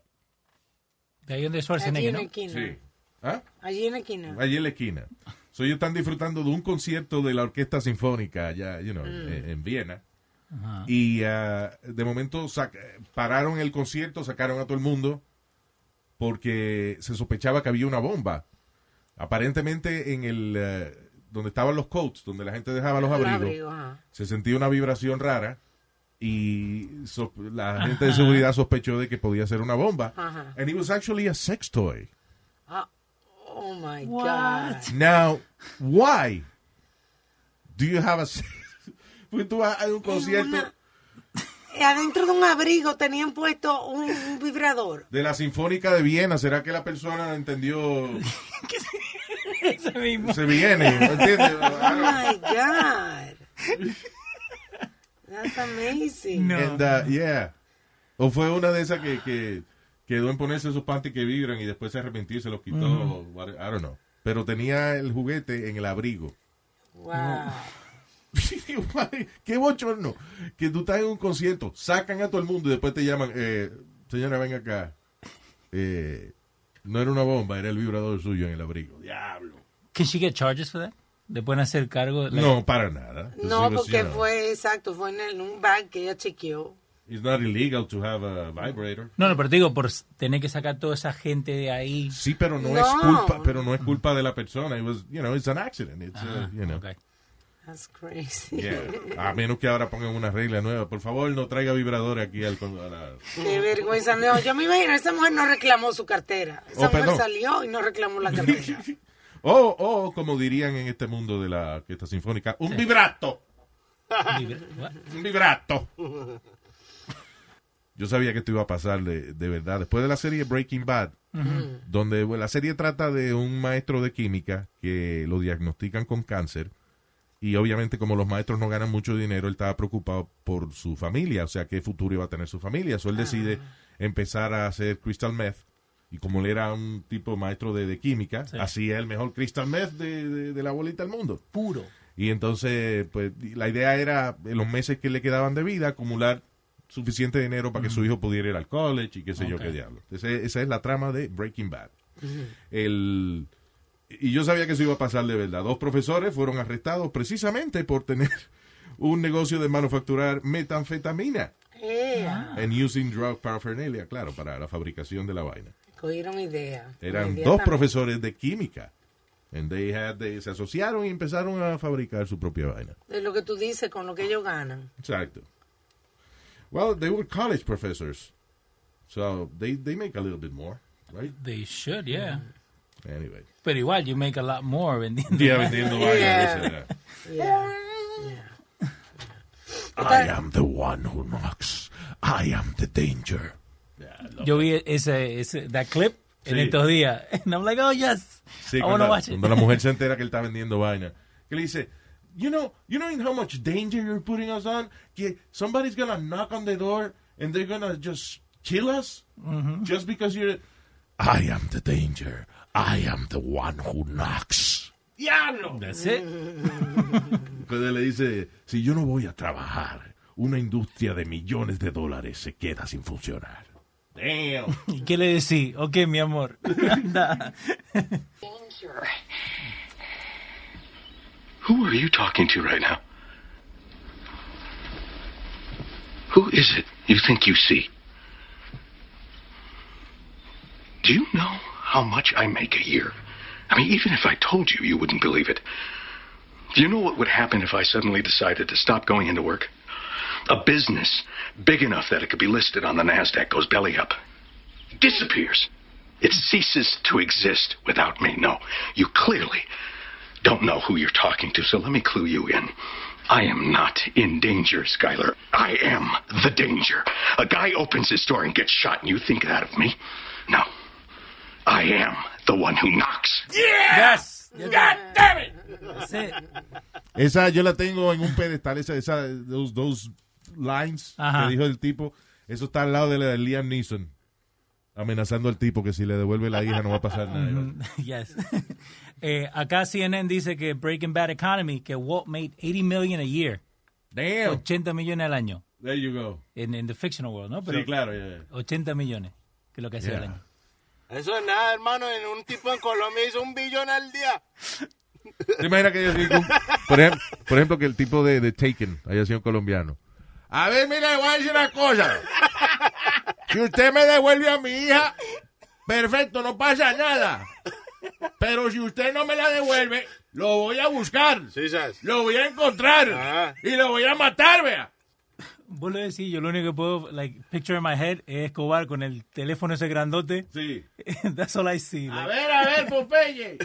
E: De ahí donde es
G: Allí
E: Schwarzenegger,
G: en la
E: ¿no?
G: esquina.
B: Sí. ¿Ah?
G: Allí en la esquina.
B: Allí en la esquina. So, ellos están disfrutando de un concierto de la Orquesta Sinfónica allá, you know,
G: Mm.
B: en, en Viena. Y ah, de momento sac- pararon el concierto, sacaron a todo el mundo porque se sospechaba que había una bomba. Aparentemente en el eh, donde estaban los coats, donde la gente dejaba los
G: Los
B: abrigos,
G: abrigos, ajá.
B: se sentía una vibración rara y so- la gente de
G: Ajá.
B: seguridad sospechó de que podía ser una bomba.
G: Ajá.
B: And it was actually a sex toy.
G: Ah, oh my God.
B: Now, why do you have a <laughs> sex? Porque tú vas a un concierto
G: Eh, Adentro de un abrigo tenían puesto un, un
B: <laughs>
G: vibrador.
B: de la Sinfónica de Viena, ¿será que la persona entendió? Se viene, ¿entiendes?
G: Oh my God. That's amazing.
B: And, uh, yeah. O fue una de esas que, que quedó en ponerse esos panties que vibran y después se arrepintió y se los quitó.
P: Ujú.
B: what- I don't know. Pero tenía el juguete en el abrigo.
G: Wow.
B: <laughs> Qué bochorno. Que tú estás en un concierto, sacan a todo el mundo y después te llaman, eh, señora, ven acá. Eh, no era una bomba, era el vibrador suyo en el abrigo. Diablo.
E: Can she get charges for that? ¿Le pueden hacer cargo?
B: No, para nada.
G: No,
B: Entonces,
G: porque
B: you know,
G: fue exacto, fue en el- un bag que ella chequeó.
B: It's not illegal to have a vibrator.
E: No, no, pero te digo, por s- tener que sacar toda esa gente de ahí.
B: Sí, pero no,
G: No.
B: es culpa, pero no es culpa de la persona. It was, you know, it's an accident. It's, uh,
E: Ah,
B: you know.
G: That's crazy. <laughs>
B: Yeah. A menos que ahora pongan una regla nueva. Por favor, no traiga vibradores aquí al. con- a la-
G: Qué vergüenza. No, yo me imagino, esa mujer no reclamó su cartera. Esa
B: Oh,
G: mujer
B: perdón.
G: salió y no reclamó la
B: <laughs>
G: cartera.
B: O, o, como dirían en este mundo de la orquesta sinfónica, un vibrato. Un vibrato. Yo sabía que esto iba a pasar de, de verdad. Después de la serie Breaking Bad,
P: Ujú.
B: donde bueno, la serie trata de un maestro de química que lo diagnostican con cáncer. Y obviamente, como los maestros no ganan mucho dinero, él estaba preocupado por su familia. O sea, qué futuro iba a tener su familia. So él decide empezar a hacer crystal meth Y como él era un tipo maestro de, de química, hacía el mejor crystal meth de, de- de la bolita del mundo.
E: Puro.
B: Y entonces, pues la idea era, en los meses que le quedaban de vida, acumular suficiente dinero para que su hijo pudiera ir al college y qué sé yo
H: Ok.
B: qué diablo. Ese- esa es la trama de Breaking Bad. El, y yo sabía que eso iba a pasar de verdad. Dos profesores fueron arrestados precisamente por tener <laughs> un negocio de manufacturar metanfetamina
G: Ah.
B: en using drug paraphernalia, claro, para la fabricación de la vaina.
G: Cogieron idea.
B: Eran
G: Inmediatamente.
B: dos profesores de química. And they had- they- se asociaron y empezaron a fabricar su propia vaina.
G: De lo que tú dices, con lo que ellos ganan.
B: Exacto. Well, they were college professors. So they, they make a little bit more, right?
E: They should, yeah.
B: Anyway.
E: Pero igual, you make a lot more vendiendo.
B: Yeah, vendiendo vainas,
E: Yeah.
B: esa era.
G: Yeah.
A: I am the one who knocks. I am the danger.
E: Yo vi ese, ese that clip en
B: Sí.
E: estos días. <laughs> And I'm like, oh, yes.
B: Sí,
E: I
B: cuando,
E: wanna watch it. <laughs>
B: cuando la mujer se entera que él está vendiendo vaina. Que le dice, you know, you know in how much danger you're putting us on? Que somebody's gonna knock on the door and they're gonna just kill us
E: Mm-hmm.
B: just because you're...
A: I am the danger. I am the one who knocks.
B: ¡Diablo! Entonces le dice, si yo no voy a trabajar, una industria de millones de dólares se queda sin funcionar. Damn.
E: ¿Y qué le decís? Ok, mi amor. <laughs> Anda.
P: Who are you talking to right now? Who is it you think you see? Do you know how much I make a year? I mean, even if I told you, you wouldn't believe it. Do you know what would happen if I suddenly decided to stop going into work? A business big enough that it could be listed on the NASDAQ goes belly up, disappears. It ceases to exist without me. No, you clearly don't know who you're talking to, so let me clue you in. I am not in danger, Skyler. I am the danger. A guy opens his door and gets shot, and you think that of me? No. I am the one who knocks.
E: Yes.
P: God damn it!
E: That's it.
B: Esa yo la tengo en un pedestal, esa, esa those, those lines
E: Ajá.
B: que dijo el tipo. Eso está al lado de la de Liam Neeson, amenazando al tipo que si le devuelve la hija no va a pasar nada.
E: yes. <laughs> Eh, acá CNN dice que Breaking Bad Economy, que Walt made 80 million a year.
B: Damn.
E: 80 millones al año.
B: There you go.
E: En en the fictional world, ¿no?
B: Sí, claro, yeah, yeah.
E: 80 millones, que es lo que hacía
B: Yeah.
E: al año.
Q: Eso es nada, hermano. En un tipo en Colombia hizo un billón al día.
B: ¿Te imaginas que haya sido un- por, ejemplo, por ejemplo, que el tipo de, de Taken haya sido un colombiano? A ver, mira, le voy a decir una cosa. Si usted me devuelve a mi hija, perfecto, no pasa nada. Pero si usted no me la devuelve, lo voy a buscar. Lo voy a encontrar.
Q: Ah.
B: Y lo voy a matar, vea.
E: Vos lo decís, yo lo único que puedo, like, picture in my head es Escobar con el teléfono ese grandote.
B: Sí.
E: <laughs> That's all I see. like.
A: A ver, a ver, Popeye.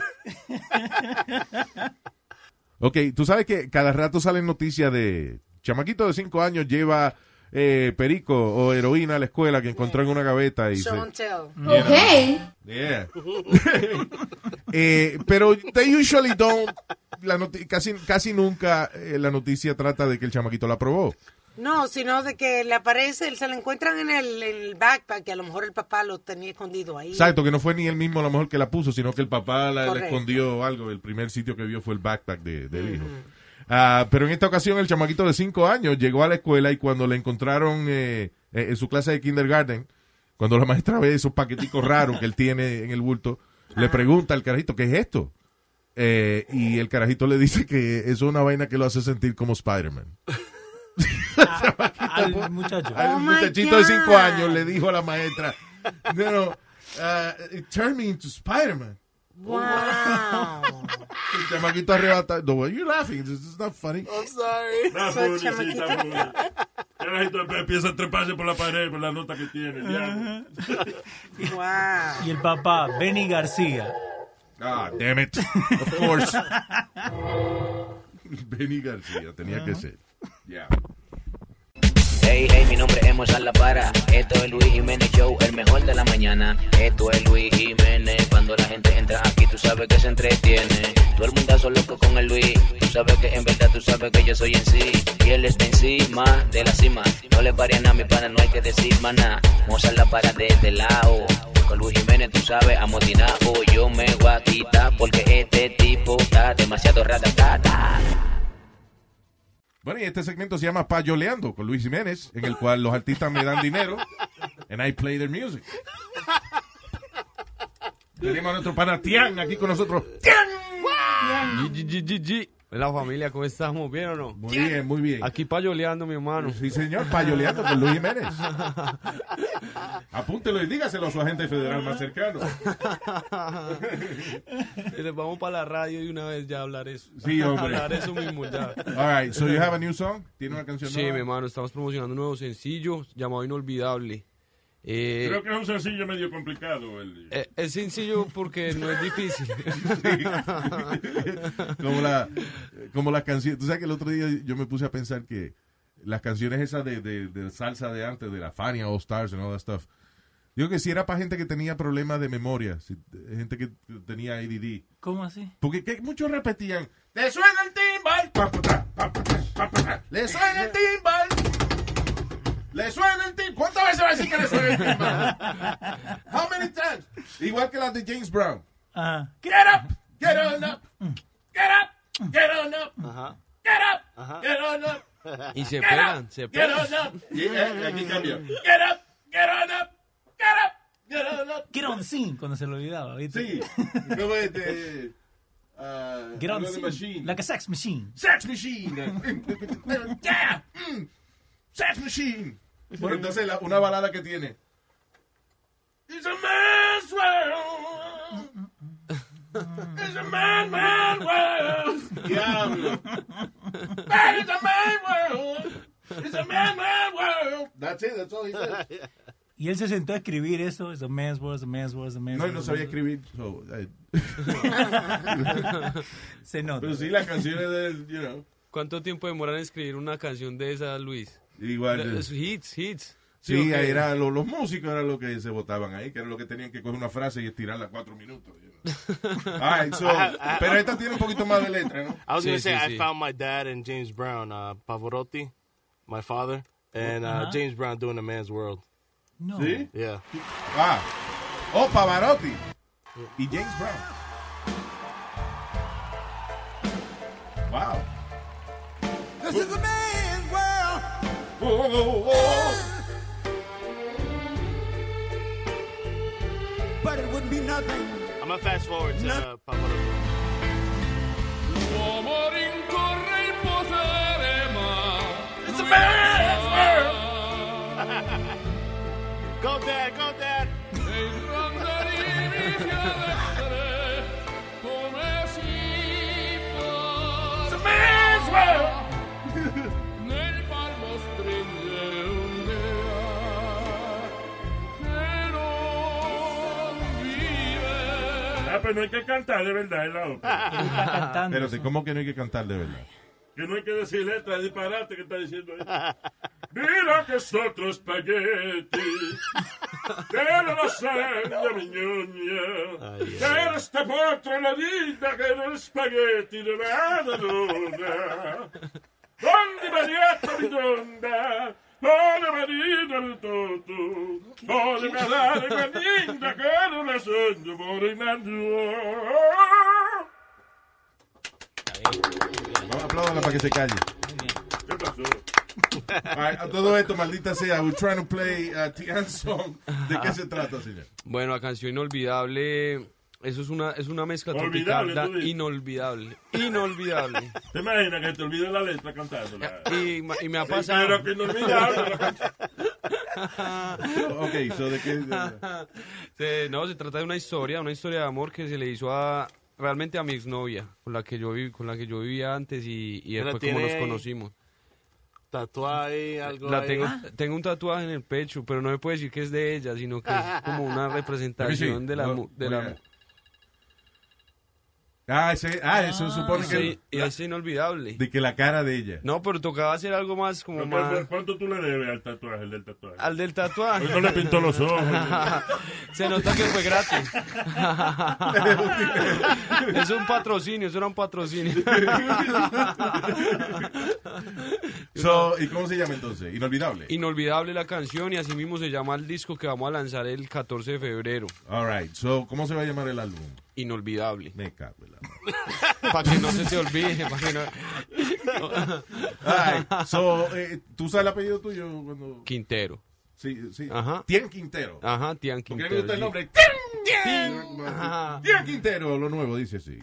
B: Ok, tú sabes que cada rato salen noticias de chamaquito de 5 años lleva eh, perico o heroína a la escuela que encontró en una gaveta y se...
G: Show and tell.
B: Yeah. Yeah. <laughs> Eh, pero they usually don't. La noti- casi, casi nunca eh, la noticia trata de que el chamaquito la probó.
G: No, sino de que le aparece, se le encuentran en el, en el backpack, que a lo mejor el papá lo tenía escondido ahí.
B: Exacto, que no fue ni él mismo a lo mejor que la puso, sino que el papá la le
G: Correcto.
B: escondió algo. El primer sitio que vio fue el backpack de- del hijo. Ah, pero en esta ocasión el chamaquito de 5 años llegó a la escuela y cuando le encontraron eh, eh, en su clase de kindergarten, cuando la maestra ve esos paqueticos raros que él tiene en el bulto, le pregunta al carajito, ¿qué es esto? Eh, y el carajito le dice que eso es una vaina que lo hace sentir como Spider-Man.
E: Al muchacho.
B: Al muchachito de 5 años le dijo a la maestra, no, no, ah, it turned me into Spider-Man.
G: Wow.
B: <laughs> El chamaquito arrebatado. No, why are you laughing? This is not funny.
Q: I'm sorry.
H: No, pobrecita, pobrecita. Ya la gente empieza a treparse por la pared, por la nota que tiene.
B: Ah.
H: ya.
E: Y el papá, Benny García.
B: Ah, damn it. Of course. Benny García, tenía que ser. Yeah.
R: Hey, hey, mi nombre es Mozart La Para. Esto es Luis Jiménez Show, el mejor de la mañana. Esto es Luis Jiménez. Cuando la gente entra aquí, tú sabes que se entretiene. Todo el mundo loco con el Luis. Tú sabes que en verdad, tú sabes que yo soy en sí. Y él está encima de la cima. No le pare nada, mi pana, no hay que decir maná. Mozart La Para desde el lado. Con Luis Jiménez, tú sabes, amotinado. Yo me voy a quitar porque este tipo está demasiado ratatata.
B: Bueno, y este segmento se llama Payoleando con Luis Jiménez, en el cual los artistas me dan dinero and I play their music. Tenemos a nuestro pana Tian aquí con nosotros.
S: GGGG. La familia, ¿cómo estamos? ¿Bien o no? Muy
B: bien, muy bien.
S: Aquí payoleando, mi hermano.
B: Sí, señor, payoleando con Luis Jiménez. Apúntelo y dígaselo a su agente federal más cercano.
S: Entonces, Vamos para la radio y una vez ya hablar eso.
B: Sí, hombre.
S: Hablar eso mismo ya.
B: All right, so you have a new song? ¿Tiene una canción
S: Sí,
B: nueva?
S: mi hermano, estamos promocionando un nuevo sencillo llamado Inolvidable. Eh,
H: Creo que es un sencillo medio complicado. El...
S: eh, es sencillo porque no es difícil.
B: como la como las canciones tú sabes que el otro día yo me puse a pensar que las canciones esas de, de- de salsa de antes de la Fania All Stars and all that stuff digo que si era para gente que tenía problemas de memoria si- gente que tenía ADD
E: ¿Cómo así?
B: porque que muchos repetían
M: Le suena el timbal. pa, pa, pa, pa, pa, pa, pa, pa. Le suena el timbal.
B: le suena el timbal ¿cuántas veces va a decir que le suena el timbal? how many times igual que las de James Brown
E: Ajá.
M: Get up. Get on up. Get up. Get on up.
B: <laughs>
S: Ajá.
M: Get up. Get on up.
S: Y se
M: Get
S: pegan,
M: up,
S: se
M: Get
S: pegan.
M: on up.
B: Y, eh, aquí cambia.
M: Get up. Get on up. Get up. Get on up.
E: Get on scene cuando se lo olvidaba, ¿viste? <laughs>
B: Sí. ¿Cómo es de, ah,
E: Get on
B: Another
E: scene.
B: Machine?
E: Like a sex machine.
B: Sex Machine yeah mm, Sex Machine Bueno, entonces la- una balada que tiene
M: It's a man's world. It's a man, man world.
B: Diablo.
M: Man, it's a man world. It's a man, man world.
B: That's it, that's all
D: <laughs>
B: he says.
E: Y él se sentó a escribir eso. It's a man's world, it's a man's world, it's a man's
B: No, y
E: world.
B: no sabía escribir. so, eh.
E: <laughs> <laughs> Se nota.
H: Pues
B: Pero sí, las canciones del, you know.
S: ¿Cuánto tiempo demoran en escribir una canción de esa, Luis? Eh,
B: Igual.
S: Es Hits, hits.
B: Sí,
S: ¿o
B: ahí
S: qué?
B: era lo- los músicos eran los que se votaban ahí, que era lo que tenían que coger una frase y estirarla cuatro minutos. you know. All right, so,
D: Ajá,
B: pero
D: ajá.
B: esta tiene un poquito más de letra, ¿no?
D: I was gonna say I
B: sí.
D: found my dad and James Brown, uh, Pavarotti, my father, and uh,
B: Uh-huh.
D: James Brown doing a man's world.
E: No.
B: ¿Sí?
D: Yeah.
B: Ah, oh, Pavarotti y James Brown. Wow.
M: This is a man's world. But it would be nothing.
D: I'm gonna fast forward to uh, Pavarotti.
M: It's a man's world.
D: Go, Dad. Go, Dad.
M: It's a man's
B: <laughs>
M: world.
H: Ah, pero no hay que cantar de verdad en la ópera.
B: Espérate, ¿cómo que no hay que cantar de verdad?
H: Que no hay que decir letra, es disparate que está diciendo ahí. <laughs> Mira que es otro espagueti. Pero no sangre, mi ñoña. Pero este potro en la vida que no es espagueti de la luna. Donde Marietta mi donna, donde Marina mi toto, donde Madame Maninda que no la sogno por in andò.
B: Vamos, apláudala para que se calle.
H: ¿Qué pasó?
B: All right, a todo esto, maldita sea, we're trying to play uh, Tian's song. ¿De qué se trata, señor?
S: Bueno, la canción Inolvidable, eso es una, es una mezcla tropical.
H: Olvidable,
S: da-
H: tú dices.
S: inolvidable. Inolvidable.
H: ¿Te imaginas que te olvides la letra cantándola?
S: Y, ma- y me ha
H: Sí,
S: pasado.
H: pero que inolvidable la
B: <laughs> Ok, so de qué-
S: <laughs> Se- no, se trata de una historia, una historia de amor que se le hizo a realmente a mi exnovia, con la que yo viví, con la que yo vivía antes y, y
D: ¿La
S: después como
D: tiene
S: nos
D: ahí?
S: conocimos.
D: Tatuaje, algo.
S: La
D: ahí. Ah.
S: tengo, tengo un tatuaje en el pecho, pero no me puede decir que es de ella,
D: <laughs>
S: sino que es como una representación de la,
B: No,
S: mu- de
B: voy
S: la
B: a-
S: mu-
B: Ah, ese, ah, eso supone que...
S: Sí, y es inolvidable.
B: De que la cara de ella.
S: No, pero tocaba hacer algo más como
H: Pero,
S: más...
H: pero, ¿Cuánto tú le debes al tatuaje, el del tatuaje?
S: Al del tatuaje.
H: Hoy no le pintó
S: <laughs>
H: los ojos.
S: Se nota que fue gratis. <laughs> es un patrocinio, eso era un
H: <laughs>
S: patrocinio.
B: So, ¿Y cómo se llama entonces? Inolvidable.
S: Inolvidable la canción y así mismo se llama el disco que vamos a lanzar el 14 de febrero.
B: All right. So, ¿Cómo se va a llamar el álbum?
S: Inolvidable.
B: Me cago en la
S: <laughs> Para que no se te olvide. Para que no...
B: All right. So, eh, ¿Tú sabes el apellido tuyo? Cuando...
S: Quintero.
B: Sí, sí.
S: Ajá.
B: Tian Quintero.
S: Ajá, Tian
B: Porque a
S: Quintero.
B: mí me gusta el
S: sí.
B: nombre. Tian, Tian. Tian Quintero, lo nuevo, dice así.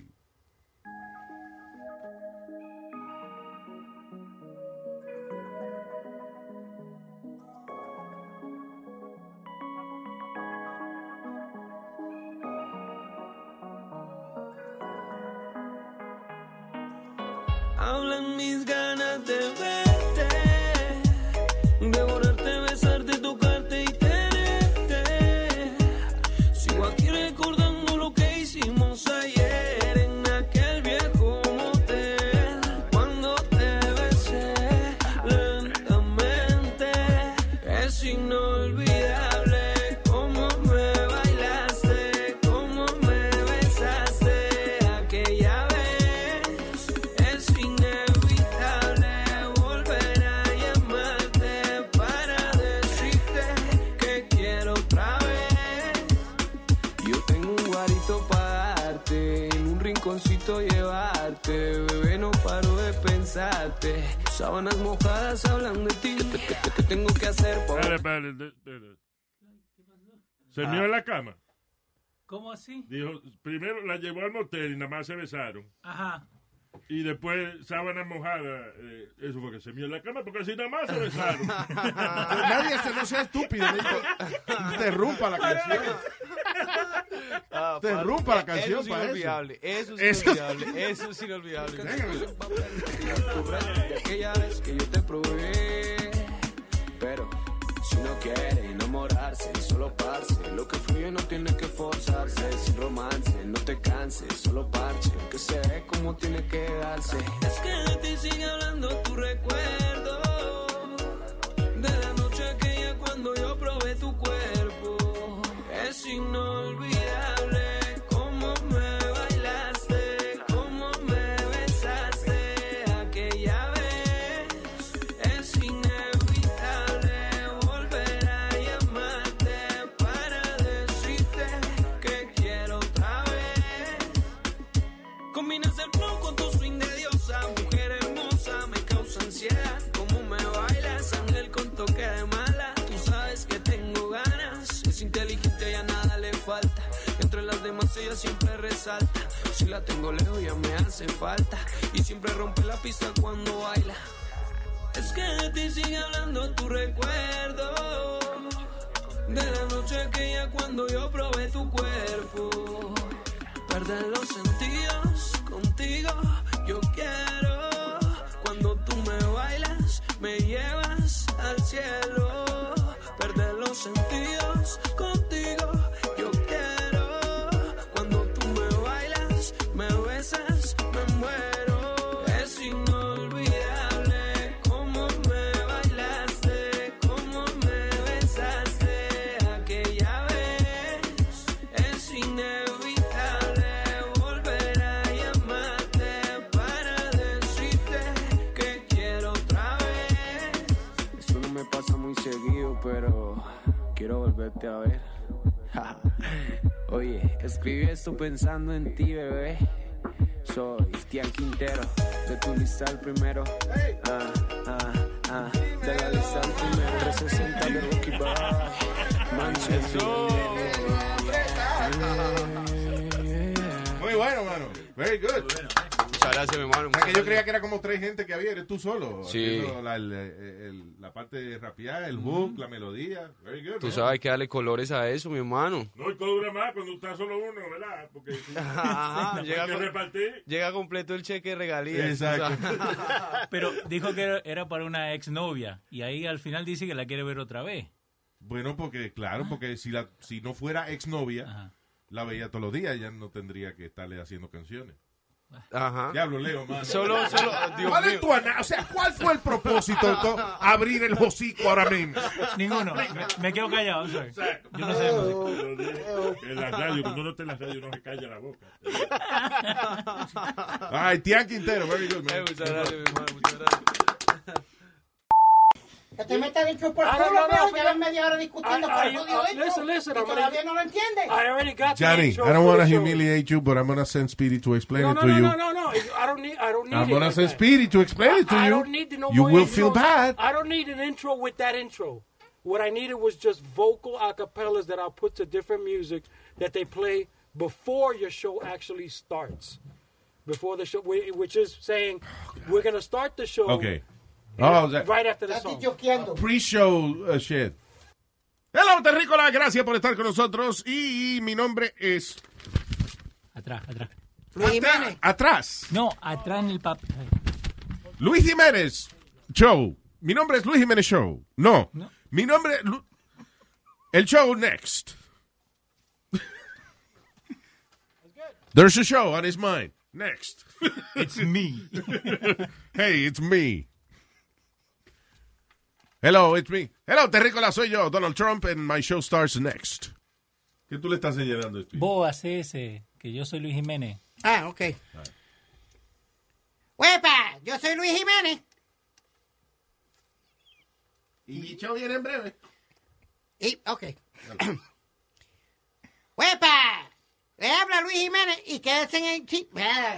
N: Hablan mis ganas de verte, devorarte, besarte, tocarte y tenerte. Sigo aquí recordando lo que hicimos ayer en aquel viejo motel. Cuando te besé lentamente, es inolvidable cómo me bailaste, cómo me besaste aquella vez. Es inevitable volver a llamarte para decirte que quiero otra vez. Yo tengo un guarito para darte, en un rinconcito llevarte. Bebé, no paro de pensarte. Sábanas mojadas hablan de ti. ¿Qué, qué- qué- qué tengo que hacer
H: Espera,
N: para
H: espera, de- espera. Se mió en la cama.
E: Ah. ¿Cómo así?
H: Dijo, primero la llevó al motel y nada más se besaron.
E: Ajá.
H: Y después sábana mojada. eh, eso fue que se mió en la cama porque así nada más se besaron.
B: <laughs> Nadie se no sea estúpido. no Interrumpa la canción.
S: Ah,
B: Te
S: padre.
B: rompa la
S: Eh,
B: canción
S: Eso es
B: para eso.
S: inolvidable. Eso es
B: Eso es-
S: inolvidable. Eso es inolvidable. Aquella vez que yo te probé.
N: Pero si no quiere enamorarse, solo parce. Lo que fluye no tiene que forzarse. Sin romance, no te canses, solo parche. Que se ve como tiene que darse. Es que de ti sigue hablando tu recuerdo. De la noche aquella cuando yo probé tu cuerpo. Es inolvidable cómo me bailaste, cómo me besaste aquella vez. Es inevitable volver a llamarte para decirte que quiero otra vez. Combinas el flow con tu swing de diosa, mujer hermosa, me causa ansiedad. Como me bailas, ángel con toque de mala. Tú sabes que tengo ganas, es inteligente y a nada le falta. Entre las demás ella siempre resalta. Si la tengo lejos ya me hace falta. Y siempre rompe la pista cuando baila. Es que de ti sigue hablando tu recuerdo. De la noche aquella cuando yo probé tu cuerpo. Perder los sentidos contigo, yo quiero. Cuando tú me bailas, me llevas al cielo. Perder los sentidos contigo, yo quiero. Cuando tú me bailas, me besas, me muero. Es inolvidable cómo me bailaste, cómo me besaste aquella vez. Es inevitable volver a llamarte para decirte que quiero otra vez. Esto no me pasa muy seguido, pero quiero volverte a ver. <laughs> Oye, escribí esto pensando en ti, bebé. Soy Tian Quintero, de tu lista el primero. Ah, ah, ah, de la lista el primero. 360 de Rocky Bar, Manchester.
B: Muy bueno, mano. Very good.
S: Muchas gracias, mi hermano.
B: Es que yo creía que era como tres gente que había, eres tú solo.
S: Sí.
B: haciendo La, el- el- la parte de rapear, el hook, la melodía. Very good.
S: Tú
B: man.
S: sabes que darle colores a eso, mi hermano.
H: No, esto dura más cuando está solo uno, ¿verdad?
B: <laughs>
H: Porque
S: Ajá,
H: hay
S: llega
H: que
S: con-
H: repartir.
S: Llega completo el cheque de regalías. <laughs>
E: Pero dijo que era- era para una exnovia y ahí al final dice que la quiere ver otra vez.
B: Bueno, porque, claro, porque si, la, si no fuera exnovia, la veía todos los días, ya no tendría que estarle haciendo canciones.
S: Ajá.
B: Diablo, Leo, mano.
S: Solo,
B: <laughs>
S: solo, Dios
B: ¿Cuál es
S: mío.
B: tu ana- O sea, ¿cuál fue el propósito de to-
J: <laughs>
B: abrir el hocico ahora mismo?
E: Ninguno. Me, me quedo callado. I'm sorry. Yo no sé de música.
H: En la radio, cuando uno está en la radio, no se calla la boca.
B: Ay, Tian Quintero, very good, man.
J: Que te metas dentro por
M: I
J: culo,
M: don't know,
J: pero
M: Ah, no,
J: llevan media hora discutiendo
M: I-
J: por
M: I-
J: tu
M: uh, listen, listen, I'm gonna-
J: todavía no lo entiendes.
M: I already got the
B: Johnny,
M: intro
B: I don't want to
M: for the show.
B: humiliate you, but I'm going to send Speedy to explain
M: No,
B: it
M: no,
B: to
M: no,
B: you.
M: no, no, no. I don't need. I don't need.
B: I'm
M: it
B: going to
M: like
B: send
M: that.
B: Speedy to explain it to
M: I
B: you.
M: don't need to know.
B: you
M: more
B: will
M: intros.
B: feel bad.
M: I don't need an intro with that intro. What I needed was just vocal acapellas that I'll put to different music that they play before your show actually starts. Before the show, whi- which is saying we're gonna start the show.
B: Oh, Okay. Oh, that-
M: right after the song.
B: pre-show uh, shit. Hello, Terrícola, gracias por estar con nosotros. Y mi nombre es...
E: Atrás, atrás.
B: Atrás. Atrás.
E: No, atrás en el papel.
B: Luis Jiménez Show. Mi nombre es Luis Jiménez Show. No. Mi nombre es Lu- El show next. There's a show on his mind. Next.
M: It's me.
B: <laughs> hey, it's me. Hello, it's me. Hello, Terrícola, soy yo, Donald Trump, and my show starts next. ¿Qué tú le estás señalando,
E: Vos haces ese, que yo soy Luis Jiménez.
J: Ah, ok. ¡Huepa! Yo soy Luis Jiménez.
B: Y mi show viene en breve.
J: Y, ok. ¡Huepa! Le habla Luis Jiménez y quédese en el chi- Ah.